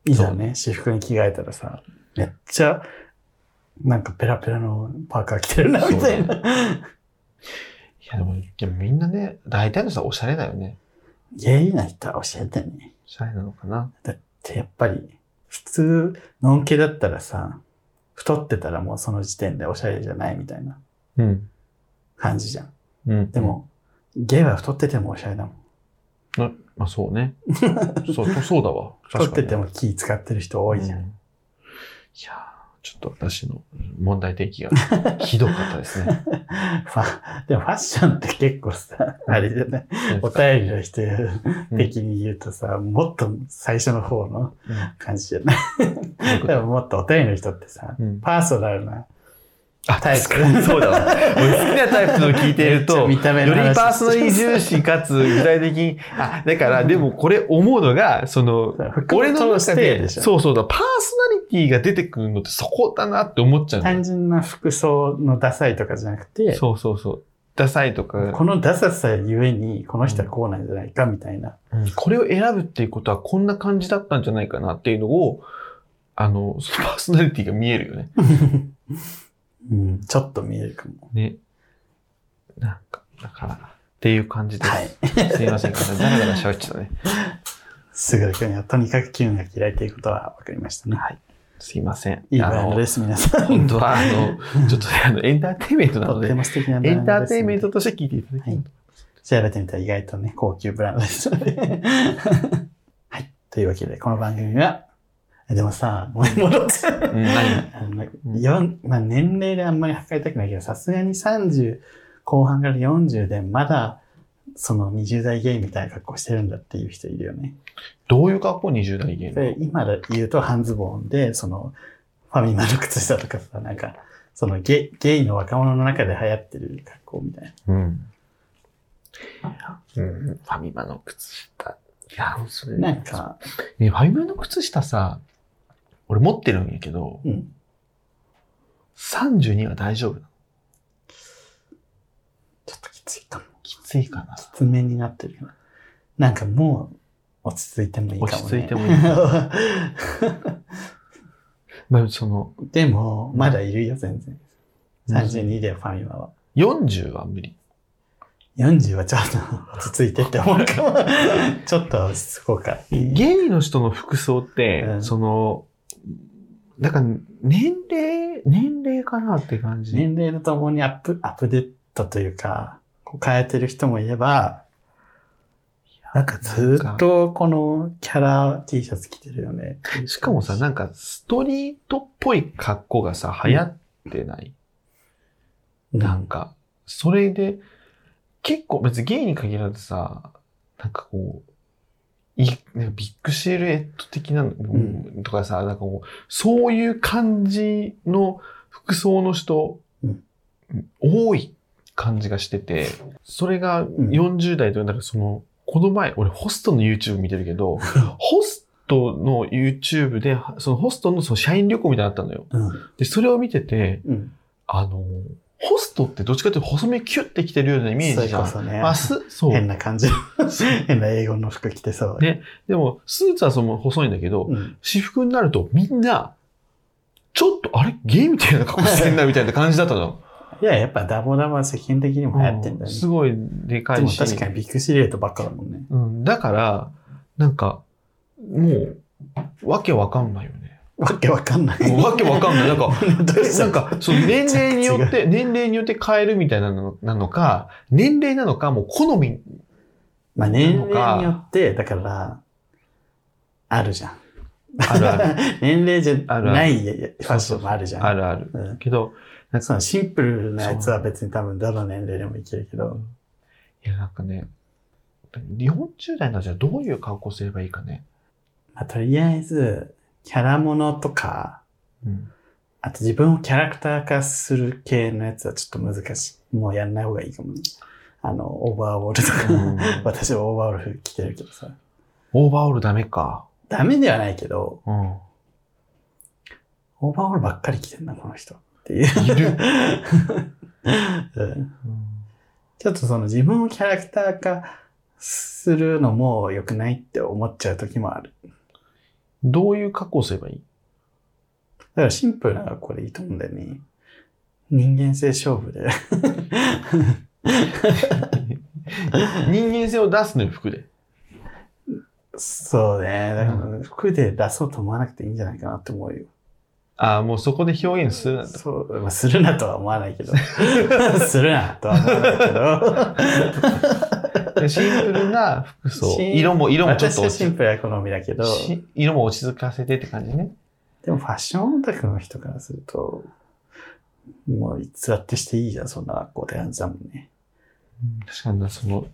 Speaker 1: いざね、私服に着替えたらさ、めっちゃ、なんかペラペラのパーカー着てるな、みたいな。
Speaker 2: いやでも、でもみんなね、大体のさ、おしゃれだよね。
Speaker 1: ゲイな人は教えてね。
Speaker 2: おしゃれなのかな。
Speaker 1: ってやっぱり普通のんけだったらさ太ってたらもうその時点でおしゃれじゃないみたいな
Speaker 2: うん。
Speaker 1: 感じじゃん
Speaker 2: うん。
Speaker 1: で、も、ゲイは太っててもおしゃれだもん
Speaker 2: なまあそう *laughs* ね。そう、そうだわ。
Speaker 1: 太
Speaker 2: 確
Speaker 1: っ
Speaker 2: か
Speaker 1: て
Speaker 2: に
Speaker 1: ても気使ってる人多いじゃん、 *laughs*
Speaker 2: うんいやーちょっと私の問題提起がひどかったです *laughs* ね。
Speaker 1: ファでもファッションって結構さ
Speaker 2: うん
Speaker 1: あれじゃないお便りの人的に言うとさ、もっと最初の方の
Speaker 2: うん
Speaker 1: 感じじゃないでももっとお便りの人ってさ
Speaker 2: うん
Speaker 1: パーソナルな
Speaker 2: あ、
Speaker 1: タイ
Speaker 2: 確
Speaker 1: プ
Speaker 2: かにそうだわ。俺好きなタイプの聞いていると、
Speaker 1: めっちゃ見た目の
Speaker 2: よ
Speaker 1: 話
Speaker 2: りパーソナリ重視かつ具体的に、あ、だから、でもこれ思うのが、その、
Speaker 1: *laughs* 服
Speaker 2: 俺の
Speaker 1: を通
Speaker 2: 中
Speaker 1: して
Speaker 2: で、
Speaker 1: でしょ
Speaker 2: そうそうだ、パーソナリティが出てくるのってそこだなって思っちゃう
Speaker 1: 単
Speaker 2: の。
Speaker 1: 純な服装のダサいとかじゃなくて
Speaker 2: そうそうそう。ダサいとか、
Speaker 1: このダサさゆえに、この人はこうなんじゃないかみたい
Speaker 2: *laughs*
Speaker 1: な。
Speaker 2: うんこれを選ぶっていうことはこんな感じだったんじゃないかなっていうのを、あの、そのパーソナリティが見えるよね。
Speaker 1: うん、ちょっと見えるかも。
Speaker 2: ね。なんか、だから、っていう感じです。
Speaker 1: はい。
Speaker 2: すいません、ダラダラしゃべっちゃったね。
Speaker 1: すぐる君はとにかく気分が嫌いということは分かりましたね。はい。
Speaker 2: すいません。
Speaker 1: いいブ
Speaker 2: あ
Speaker 1: ランド
Speaker 2: の
Speaker 1: です、皆さん。
Speaker 2: 本当は、あの、ちょっとね、あの、エンターテインメントな
Speaker 1: と
Speaker 2: の
Speaker 1: っ
Speaker 2: で
Speaker 1: て、も素敵なブ
Speaker 2: エ
Speaker 1: ランド
Speaker 2: ン
Speaker 1: です、
Speaker 2: ターテインメントとして聞いていただき
Speaker 1: はい調べてみたら意外とね、高級ブランドですので。 *laughs* はい。というわけで、この番組は、えでもさ、ごめん、戻って。
Speaker 2: うん何
Speaker 1: あのよんまあ、年齢であんまり測りたくないけど、さすがに30後半から40で、まだ、その20代ゲイみたいな格好してるんだっていう人いるよね。
Speaker 2: どういう格好20代芸人
Speaker 1: で、今で言うと半ズボンで、その、ファミマの靴下とかさ、なんか、そのゲイゲイの若者の中で流行ってる格好みたいな。
Speaker 2: うん。うんファミマの靴下。いや、それ
Speaker 1: なんか、
Speaker 2: ね、ファミマの靴下さ、俺持ってるんやけど、
Speaker 1: うん。
Speaker 2: 32は大丈夫なの
Speaker 1: ちょっときついかも。
Speaker 2: きついかな。
Speaker 1: きつめになってるよな。なんかもう落ち着いてもいいかもね。
Speaker 2: 落ち着いてもいいまあ、その、
Speaker 1: でも、まだいるよ、全然。32でファミマは。
Speaker 2: 40は無理。
Speaker 1: 40はちょっと落ち着いてって思う
Speaker 2: *laughs*
Speaker 1: かも。ちょっと落ち着こうか。
Speaker 2: ゲイの人の服装って、
Speaker 1: うん
Speaker 2: その、だから、年齢、年齢かなって感じ。
Speaker 1: 年齢とともにアップ、アップデートというか、こう変えてる人もいれば、なんかずっとこのキャラ T シャツ着てるよね。
Speaker 2: しかもさ、なんかストリートっぽい格好がさ、流行ってない。なんか、それで、結構別にゲイに限らずさ、なんかこう、いなんかビッグシルエット的なの、
Speaker 1: ん
Speaker 2: とかさ、なんかもう、そういう感じの服装の人、
Speaker 1: うん
Speaker 2: 多い感じがしてて、それが
Speaker 1: ん
Speaker 2: 40代と、なんかその、この前、俺ホストの YouTube 見てる
Speaker 1: *laughs*
Speaker 2: けど、ホストの YouTube で、そのホストのその社員旅行みたいなのあったのよ。
Speaker 1: うん。
Speaker 2: で、それを見てて、
Speaker 1: うん。
Speaker 2: あの、ホストってどっちかというと細めキュッてきてるようなイメージじゃ
Speaker 1: そ
Speaker 2: ん。
Speaker 1: れこそね。
Speaker 2: あ、す、そ
Speaker 1: 変
Speaker 2: う。
Speaker 1: な感じの、 *laughs* 変な英語の服着てそう。
Speaker 2: ね *laughs* でも、スーツはその細いんだけど、
Speaker 1: うん
Speaker 2: 私服になるとみんな、ちょっと、あれゲイみたいな格好してんなみたいな感じだったの。
Speaker 1: いや、やっぱダボダボは世間的に *laughs* も流行ってんだ
Speaker 2: うん
Speaker 1: よね。
Speaker 2: すごいでか
Speaker 1: で
Speaker 2: い
Speaker 1: も
Speaker 2: し。
Speaker 1: 確かにビッグシルエットばっかだもんね。
Speaker 2: うん、だから、なんか、もう、わけわかんないよね。
Speaker 1: わけわかんない。
Speaker 2: もうわけわかんない。なんか、
Speaker 1: ん *laughs* どうした
Speaker 2: なんか、その年齢によって、年齢によって変えるみたいなのなのか、年齢なのか、もう好み。
Speaker 1: まあ年齢によって、だから、あるじゃん。
Speaker 2: あるある。
Speaker 1: *laughs* 年齢じゃ
Speaker 2: あるある
Speaker 1: ないファッションもあるじゃん。
Speaker 2: あるある。
Speaker 1: うん
Speaker 2: けど、
Speaker 1: そのシンプルなやつは別に多分どの年齢でもいけるけど、
Speaker 2: いや、なんかね、40代のじゃあどういう格好すればいいかね。
Speaker 1: まあ、とりあえず、キャラものとか、
Speaker 2: うん。
Speaker 1: あと自分をキャラクター化する系のやつはちょっと難しい。もうやんない方がいいかもね。あの、オーバーオールとか、
Speaker 2: うん
Speaker 1: *laughs* 私はオーバーオール着てるけどさ。
Speaker 2: オーバーオールダメか。
Speaker 1: ダメではないけど、
Speaker 2: うん。
Speaker 1: オーバーオールばっかり着てんな、この人。っていう。
Speaker 2: いる。
Speaker 1: うんちょっとその自分をキャラクター化するのも良くないって思っちゃう時もある。
Speaker 2: どういう格好すればいい
Speaker 1: だからシンプルなのがこれいいと思うんだよね。人間性勝負で。
Speaker 2: 人間性を出すのよ、服で。
Speaker 1: そうね。だか
Speaker 2: う
Speaker 1: ら服で出そうと思わなくていいんじゃないかなって思うよ。
Speaker 2: ああ、もうそこで表現
Speaker 1: *laughs*
Speaker 2: するなんだ。
Speaker 1: そう、まあ、するなとは思わないけ
Speaker 2: *laughs*
Speaker 1: ど。するなとは思わないけど。
Speaker 2: シンプルな服装。
Speaker 1: シン
Speaker 2: 色も、色もちょっ
Speaker 1: 私
Speaker 2: と
Speaker 1: はシ
Speaker 2: 落ち
Speaker 1: ンプルな好みだけど、
Speaker 2: し色も落ち着かせてって感じね。
Speaker 1: でもファッションオタクの人からすると、もういつだってしていいじゃん、そんな学校って感じだもんね。
Speaker 2: 確かにな、その、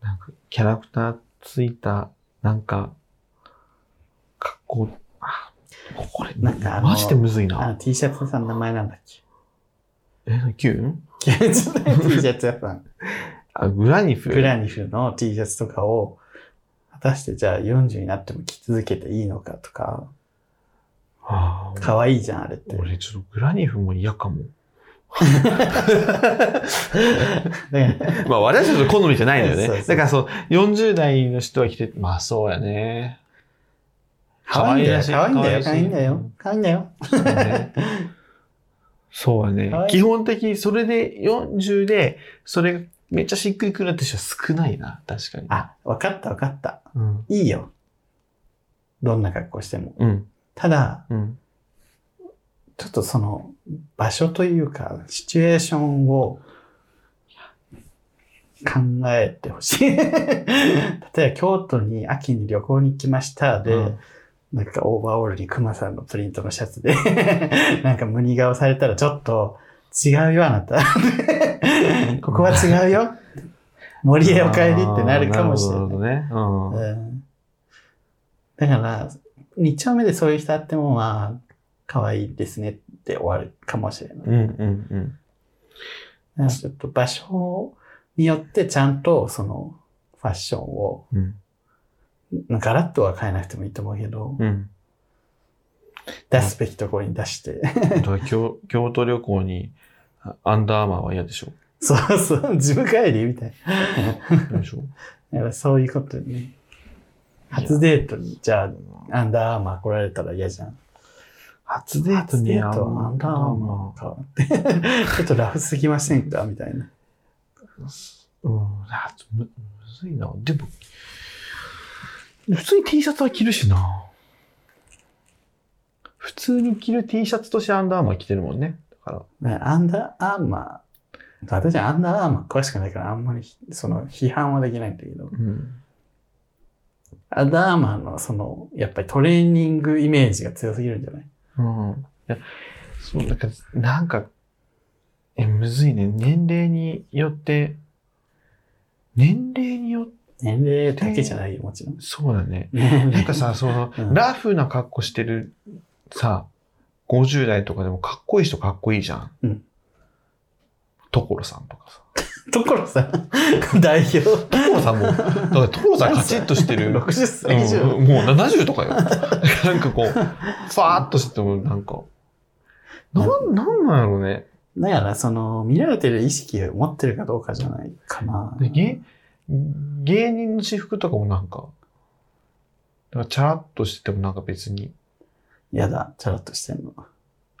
Speaker 2: なんか、キャラクターついた、なんか、格好、あ、これ、
Speaker 1: なんかあの
Speaker 2: マジでむずい
Speaker 1: あ
Speaker 2: な。
Speaker 1: の T シャツ屋さんの名前なんだっ
Speaker 2: *laughs*
Speaker 1: け
Speaker 2: え、キューン
Speaker 1: T シャツ屋さん。
Speaker 2: あ、グラニフ。
Speaker 1: グラニフの T シャツとかを、果たしてじゃあ40になっても着続けていいのかとか、
Speaker 2: ああ、
Speaker 1: 可愛いじゃん、あれって。
Speaker 2: 俺ちょっとグラニフも嫌かも。
Speaker 1: ね
Speaker 2: まあ私たちの好みじゃないのよね。
Speaker 1: そうそう
Speaker 2: だからそう、40代の人は着て、まあそうやね。
Speaker 1: 可愛いんだよ、可愛いんだよ、
Speaker 2: 可
Speaker 1: 可
Speaker 2: 愛
Speaker 1: 愛い
Speaker 2: いん
Speaker 1: ん
Speaker 2: だ
Speaker 1: だ
Speaker 2: よ
Speaker 1: よ、可愛いんだよ。
Speaker 2: そうねそうやね
Speaker 1: 可。愛い
Speaker 2: 基本的にそれで40で、それがめっちゃしっくりくるって人は少ないな、確かに。
Speaker 1: あ、わかったわかった。
Speaker 2: うん。
Speaker 1: いいよ。どんな格好しても。
Speaker 2: うん。
Speaker 1: ただ、
Speaker 2: うん。
Speaker 1: ちょっとその場所というか、シチュエーションを考えてほしい。例えば京都に秋に旅行に行きましたで、
Speaker 2: うん
Speaker 1: なんかオーバーオールに熊さんのプリントのシャツで、 *laughs* なんか無理顔されたらちょっと違うよ、あなた。 *laughs* ここは違うよ。森へお帰りってなるかもしれ
Speaker 2: あ
Speaker 1: な
Speaker 2: ー
Speaker 1: い
Speaker 2: るほど。ね。うん。
Speaker 1: うんだから、2丁目でそういう人あっても、まあ、可愛いですねって終わるかもしれない。
Speaker 2: うんうんうん。
Speaker 1: なんかちょっと場所によってちゃんとそのファッションを、
Speaker 2: うん
Speaker 1: ガラッとは変えなくてもいいと思うけど、
Speaker 2: うん。
Speaker 1: 出すべきところに出して、 *laughs*
Speaker 2: あとは京京都旅行にあアンダーマーは嫌でしょ。
Speaker 1: そうそう、自分帰りみたい
Speaker 2: 嫌でしょ。
Speaker 1: な。だからそういうことね。初デートに、じゃあ、アンダーアーマー来られたら嫌じゃん。
Speaker 2: 初デー
Speaker 1: 初
Speaker 2: トに
Speaker 1: デートはアンダーアーマーか *laughs* って。ちょっとラフすぎませんかみたいな。
Speaker 2: うん、あむむずいな。でも、普通に T シャツは着るしな。普通に着る T シャツとしてアンダーアーマー着てるもんね。だから、
Speaker 1: ね、アンダーアーマー、私はアンダーアーマー詳しくないからあんまりその批判はできないんだけど、
Speaker 2: うん。
Speaker 1: アンダーアーマーのその、やっぱりトレーニングイメージが強すぎるんじゃない
Speaker 2: うん。いやそう、なんか、なんか、え、むずいね。年齢によって、年齢によって、
Speaker 1: 年齢だけじゃないよ、もちろん。
Speaker 2: そうだね。な
Speaker 1: なん *laughs*
Speaker 2: か、さ、その、
Speaker 1: うん
Speaker 2: ラフな格好してる、さ、50代とかでもかっこいい人かっこいいじゃん。
Speaker 1: うん。
Speaker 2: 所さんとかさ。
Speaker 1: 所さん、代表。*laughs*
Speaker 2: 所さんも、だから所さんカチッとしてる。うん
Speaker 1: 60歳以上。
Speaker 2: もう70とかよ。 *laughs* なんかこう、ファーっとしても、なんか、なん、なんなんやろうね。
Speaker 1: だから、その、見られてる意識を持ってるかどうかじゃないかな。
Speaker 2: で芸芸人の私服とかもなんか、なんかチャラッとしててもなんか別に、
Speaker 1: やだ、チャラッとしてんの。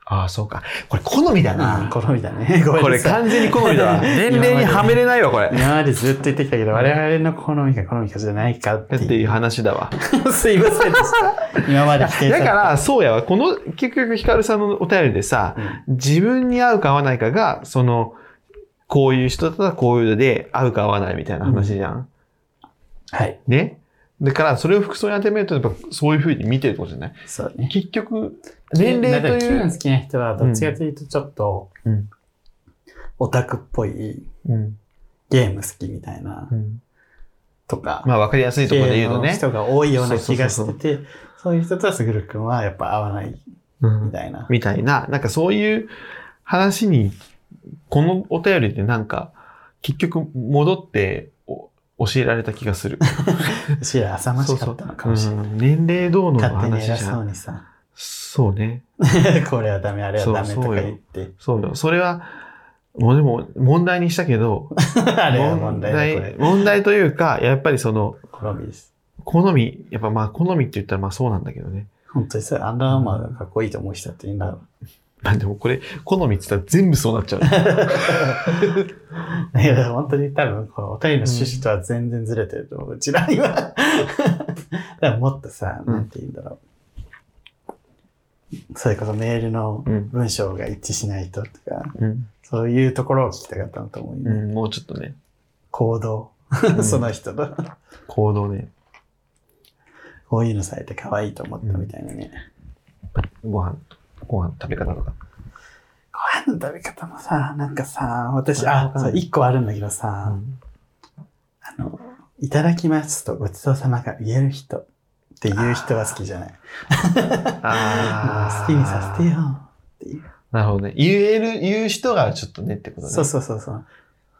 Speaker 2: ああ、そうか。これ好みだ
Speaker 1: あ
Speaker 2: な。
Speaker 1: あ、好みだね。ごめん
Speaker 2: こ
Speaker 1: な
Speaker 2: れ
Speaker 1: さい。
Speaker 2: 完全に好みだ *laughs* わ。年齢にはめれないわ、これ。
Speaker 1: 今までずっと言ってきたけど、我々の好みか好みかじゃないかって
Speaker 2: って
Speaker 1: いう
Speaker 2: いう話だわ。
Speaker 1: すいませんでした。今まで否定
Speaker 2: だ
Speaker 1: され
Speaker 2: か
Speaker 1: た。
Speaker 2: ら、そうやわ。この、結局、ヒカルさんのお便りでさ、自分に合うか合わないかが、その、こういう人だったらこういうので合うか合わないみたいな話じゃん。
Speaker 1: はい。
Speaker 2: ね。だから、それを服装に当てはめると、やっぱそういうふうに見てるってことじゃない
Speaker 1: そうね。
Speaker 2: 結局、年齢
Speaker 1: だか
Speaker 2: と
Speaker 1: らキュ
Speaker 2: い
Speaker 1: ウの
Speaker 2: う。
Speaker 1: 好きな人は、どっちかというとちょっと、
Speaker 2: うん
Speaker 1: オタクっぽい
Speaker 2: うん
Speaker 1: ゲーム好きみたいな、
Speaker 2: うん
Speaker 1: とか、
Speaker 2: まあ、わかりやすいところで言
Speaker 1: 系
Speaker 2: うと
Speaker 1: の
Speaker 2: ね。
Speaker 1: 人が多いような気がし
Speaker 2: そ
Speaker 1: て
Speaker 2: う
Speaker 1: て、そういう人とはすぐるくんはやっぱ合わない
Speaker 2: うん
Speaker 1: みたいな。
Speaker 2: みたいな、なんかそういう話に、このお便りでなんか、結局戻ってお教えられた気がする。
Speaker 1: しら浅ましかったのかもしれない。
Speaker 2: うん年齢どうのの
Speaker 1: 勝手に
Speaker 2: 話
Speaker 1: 偉
Speaker 2: じゃ。
Speaker 1: そうんにさ、 *laughs*
Speaker 2: そうね。
Speaker 1: これはダメ、あれはダメとか言って、
Speaker 2: そうよ。それは、もうでも問題にしたけど、
Speaker 1: *laughs* あれは問題だ、こ
Speaker 2: 問題
Speaker 1: れ。
Speaker 2: 問題というか、やっぱりその、
Speaker 1: 好みです。
Speaker 2: 好み、やっぱまあ好みって言ったらまあそうなんだけどね。
Speaker 1: 本当にさ、アンダーアーマーがかっこいいと思う人っていいんだろう。
Speaker 2: まあでもこれ、好みって言ったら全部そうなっち
Speaker 1: *laughs*
Speaker 2: ゃう。
Speaker 1: いや、本当に多分、このお便りの趣旨とは全然ずれてると思う。うちらには。 *laughs* だからもっとさ、
Speaker 2: うん
Speaker 1: なんて言うんだろう。それこそメールの
Speaker 2: うん。
Speaker 1: 文章が一致しないととか、
Speaker 2: うん。
Speaker 1: そういうところを聞きたかったんだと思うよ
Speaker 2: う
Speaker 1: ね。
Speaker 2: ん、もうちょっとね。
Speaker 1: 行動。
Speaker 2: ん
Speaker 1: その人の。
Speaker 2: 行動ね。
Speaker 1: こういうのされて可愛いと思ったみたいなね。
Speaker 2: ご飯、ご飯食べ方とか。
Speaker 1: ご飯の食べ方もさ、なんかさ、私、あ、そう、一個あるんだけどさ、あの、いただきますとごちそうさまが言える人っていう人は好きじゃない。
Speaker 2: あ
Speaker 1: 好きにさせて。よっていう。
Speaker 2: なるほどね。言える、言う人がちょっとねってことね。
Speaker 1: そうそうそうそう。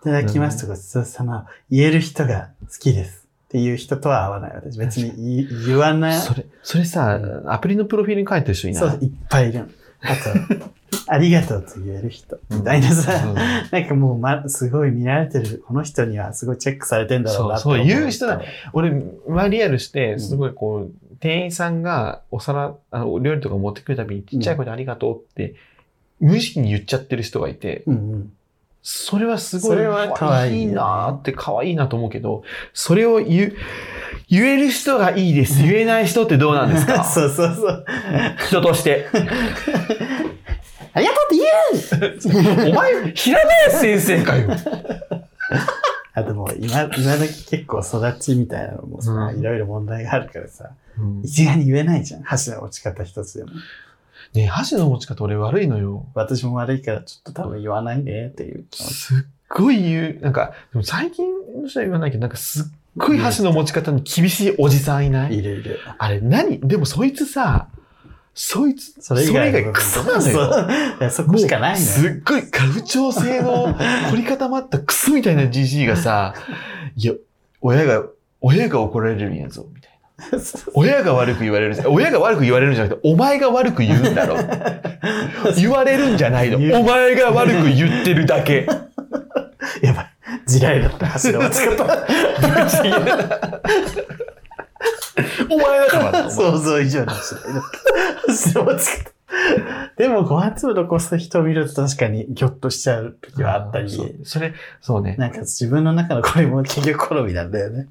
Speaker 1: いただきますとごちそうさまを言える人が好きですっていう人とは合わない。私別に言言わない。
Speaker 2: それ、それさ、アプリのプロフィールに書いてる人いない
Speaker 1: そう、いっぱいいるの。あ
Speaker 2: *laughs*
Speaker 1: と、ありがとうと言える人みたいな
Speaker 2: う
Speaker 1: さ
Speaker 2: ん。
Speaker 1: なんかもう、ま、すごい見られてる、この人にはすごいチェックされてんだろうなって
Speaker 2: そうそう言う人だ
Speaker 1: ね。
Speaker 2: 俺、マリアルして、すごいこう、店員さんがお皿、あの、お料理とか持ってくるたびに、ちっちゃい声でありがとうって、無意識に言っちゃってる人がいて、
Speaker 1: うんうん。
Speaker 2: それはすご
Speaker 1: そ
Speaker 2: い
Speaker 1: れは可愛いよね
Speaker 2: なーって可愛いなと思うけど、それを言う、言える人がいいです。言えない人ってどうなんです
Speaker 1: *laughs*
Speaker 2: か
Speaker 1: そうそうそう。
Speaker 2: 人として。
Speaker 1: *laughs* ありがとうって
Speaker 2: お前、平林先生かよ。
Speaker 1: *laughs* あともう今、今時結構育ちみたいなのもさ、
Speaker 2: うん
Speaker 1: いろいろ問題があるからさ、一概に言えないじゃん。箸の落ち方一つでも。
Speaker 2: ねえ箸の持ち方俺悪いのよ。
Speaker 1: 私も悪いからちょっと多分言わないでっていう気持ち。
Speaker 2: すっごい言う、なんか、でも最近の人は言わないけど、なんかすっごい箸の持ち方に厳しいおじさんいない
Speaker 1: いるいる。
Speaker 2: あれ何でもそいつさ、そいつ、
Speaker 1: それ以外の
Speaker 2: クソなの
Speaker 1: そう
Speaker 2: よ。
Speaker 1: いやそこしかないの
Speaker 2: す
Speaker 1: よ。
Speaker 2: っごい家父長性の凝り固まったクソみたいなじじい
Speaker 1: *laughs*
Speaker 2: がさ、いや、親が、親が怒られるんやぞ、みたいな。親が悪く言われる。
Speaker 1: *laughs*
Speaker 2: 親が悪く言われるんじゃなくて、お前が悪く言うんだろ。言われるんじゃないの。
Speaker 1: 言う
Speaker 2: お前が悪く言ってるだ
Speaker 1: *laughs*
Speaker 2: け。
Speaker 1: やばい。地雷だった箸の落ち方。
Speaker 2: *laughs* お前だからだ。
Speaker 1: 想像以上の地雷だった。箸の落ち方。でも、ご飯粒残す人を見ると確かにギョッとしちゃう時はあったり、
Speaker 2: そうそれ、そうね。
Speaker 1: なんか自分の中のこれも結局好みなんだよね。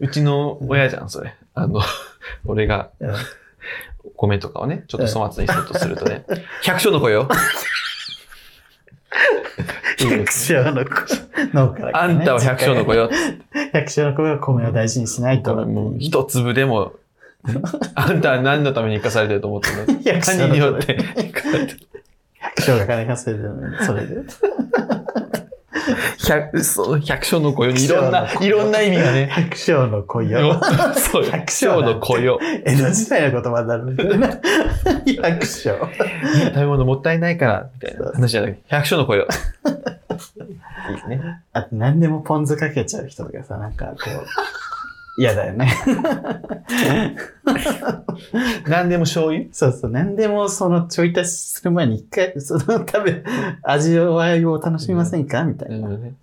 Speaker 2: うちの親じゃん、それ。あの、 *laughs* 俺が *laughs*
Speaker 1: うん
Speaker 2: お米とかをね、ちょっと粗末にしようとするとね、百姓の子よ。
Speaker 1: 百姓の子農家だか
Speaker 2: あ
Speaker 1: らね
Speaker 2: んたは百姓の子よ。
Speaker 1: 百姓の子が米を大事にしないと。
Speaker 2: もう一粒でも、
Speaker 1: *laughs*
Speaker 2: あんたは何のために生かされてると思ってるの
Speaker 1: 百
Speaker 2: 他
Speaker 1: 姓
Speaker 2: 人によ
Speaker 1: の
Speaker 2: っ
Speaker 1: 子
Speaker 2: て
Speaker 1: で。百姓が金稼いでるのに、それで。
Speaker 2: 百その百姓の子よにいろんな、いろんな意味がね。
Speaker 1: 百姓の子よ。
Speaker 2: そ
Speaker 1: 百姓
Speaker 2: う、百姓
Speaker 1: なんて
Speaker 2: の子よ。
Speaker 1: 江戸時代の言葉になるんだよね。百姓。
Speaker 2: 食べ物もったいないから、みたいな話じゃなくて、百姓の
Speaker 1: *laughs*
Speaker 2: 子よ。いいですね。
Speaker 1: あと何でもポン酢かけちゃう人とかさ、なんかこう、嫌だよね。
Speaker 2: 何でも醤油
Speaker 1: そうそう、何でもそのちょい足しする前に一回、その食べ、味わいを楽しみませんかみたいな。
Speaker 2: ね。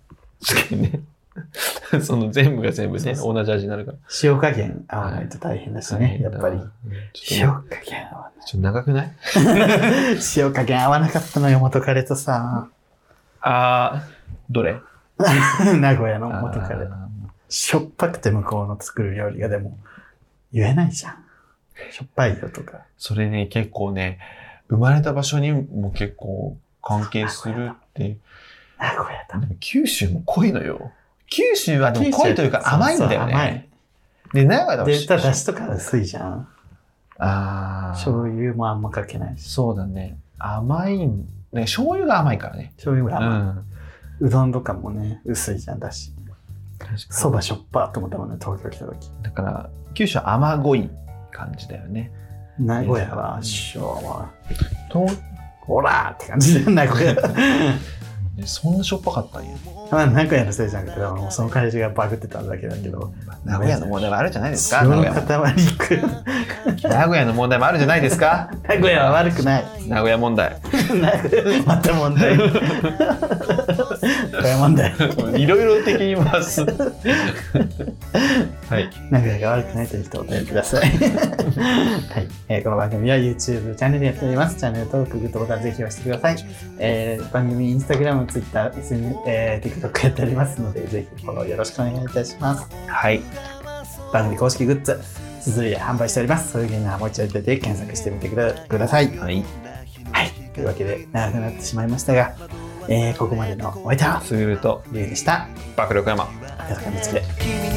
Speaker 2: 確かにね。 *laughs* その全部が全部
Speaker 1: そう
Speaker 2: ね、
Speaker 1: そ
Speaker 2: 同じ味になるから。
Speaker 1: 塩加減合わないと大変だしね、やっぱり
Speaker 2: う。んち
Speaker 1: 塩
Speaker 2: ょっと
Speaker 1: 加減合わない。
Speaker 2: ちょっと長くない
Speaker 1: 塩加減合わなかったのよ、元彼とさ。 *laughs*
Speaker 2: あー、どれ
Speaker 1: 名古屋の元
Speaker 2: あ
Speaker 1: 彼。
Speaker 2: ー
Speaker 1: しょっぱくて向こうの作る料理がでも、言えないじゃん。しょっぱいよとか。
Speaker 2: それね、結構ね、生まれた場所にも結構関係するって。
Speaker 1: 名古屋だ。
Speaker 2: でも九州も濃いのよ。九州はでも濃いというか甘いんだよ
Speaker 1: そうそう甘
Speaker 2: ね。
Speaker 1: い。
Speaker 2: で、名古屋だ
Speaker 1: で、ただだしとか薄いじゃん。
Speaker 2: ああ。
Speaker 1: 醤油もあんまかけないし。
Speaker 2: そうだね。甘いん、ね、醤油が甘いからね。
Speaker 1: 醤油が
Speaker 2: う
Speaker 1: 甘い、
Speaker 2: ん。
Speaker 1: うどんとかもね、薄いじゃんだし。
Speaker 2: 確かに
Speaker 1: そばしょっぱと思ったもんね、東京来た時。
Speaker 2: だから、九州は甘ごい感じだよね。
Speaker 1: 名古屋は、しょうも
Speaker 2: と、
Speaker 1: ほらーって感 *laughs* じで、名古屋。
Speaker 2: ね、そんなしょっぱかったんや。
Speaker 1: まあ、名古屋のせいじゃなくて、もうその彼氏がバグってただけだけど。
Speaker 2: 名古屋の問題もあるじゃないですか、
Speaker 1: 塩
Speaker 2: 名
Speaker 1: の
Speaker 2: 古屋も。
Speaker 1: 塊肉。
Speaker 2: 名古屋の問題もあるじゃないですか。
Speaker 1: 名古屋は悪くない。
Speaker 2: 名古屋問題。 *laughs*
Speaker 1: また問題。これ問題。
Speaker 2: いろいろ的にます。はい。
Speaker 1: 名古屋が悪くないという人お便りください。はい、えーこの番組は YouTube チャンネルやっております。チャンネル登録、グッドボタンぜひ押してください。えー番組 Instagram、Twitter、えー TikTok やっておりますので、ぜひフォローよろしくお願いいたします。
Speaker 2: はい。
Speaker 1: 番組公式グッズ、すずりで販売しております。そういう芸能はもう一度出て検索してみてくだください。
Speaker 2: はい。
Speaker 1: はい、というわけで長くなってしまいましたが、えーここまでのお相手は
Speaker 2: すぐると、
Speaker 1: リュウでした。
Speaker 2: 爆力山。
Speaker 1: 温かみつきで。
Speaker 3: 君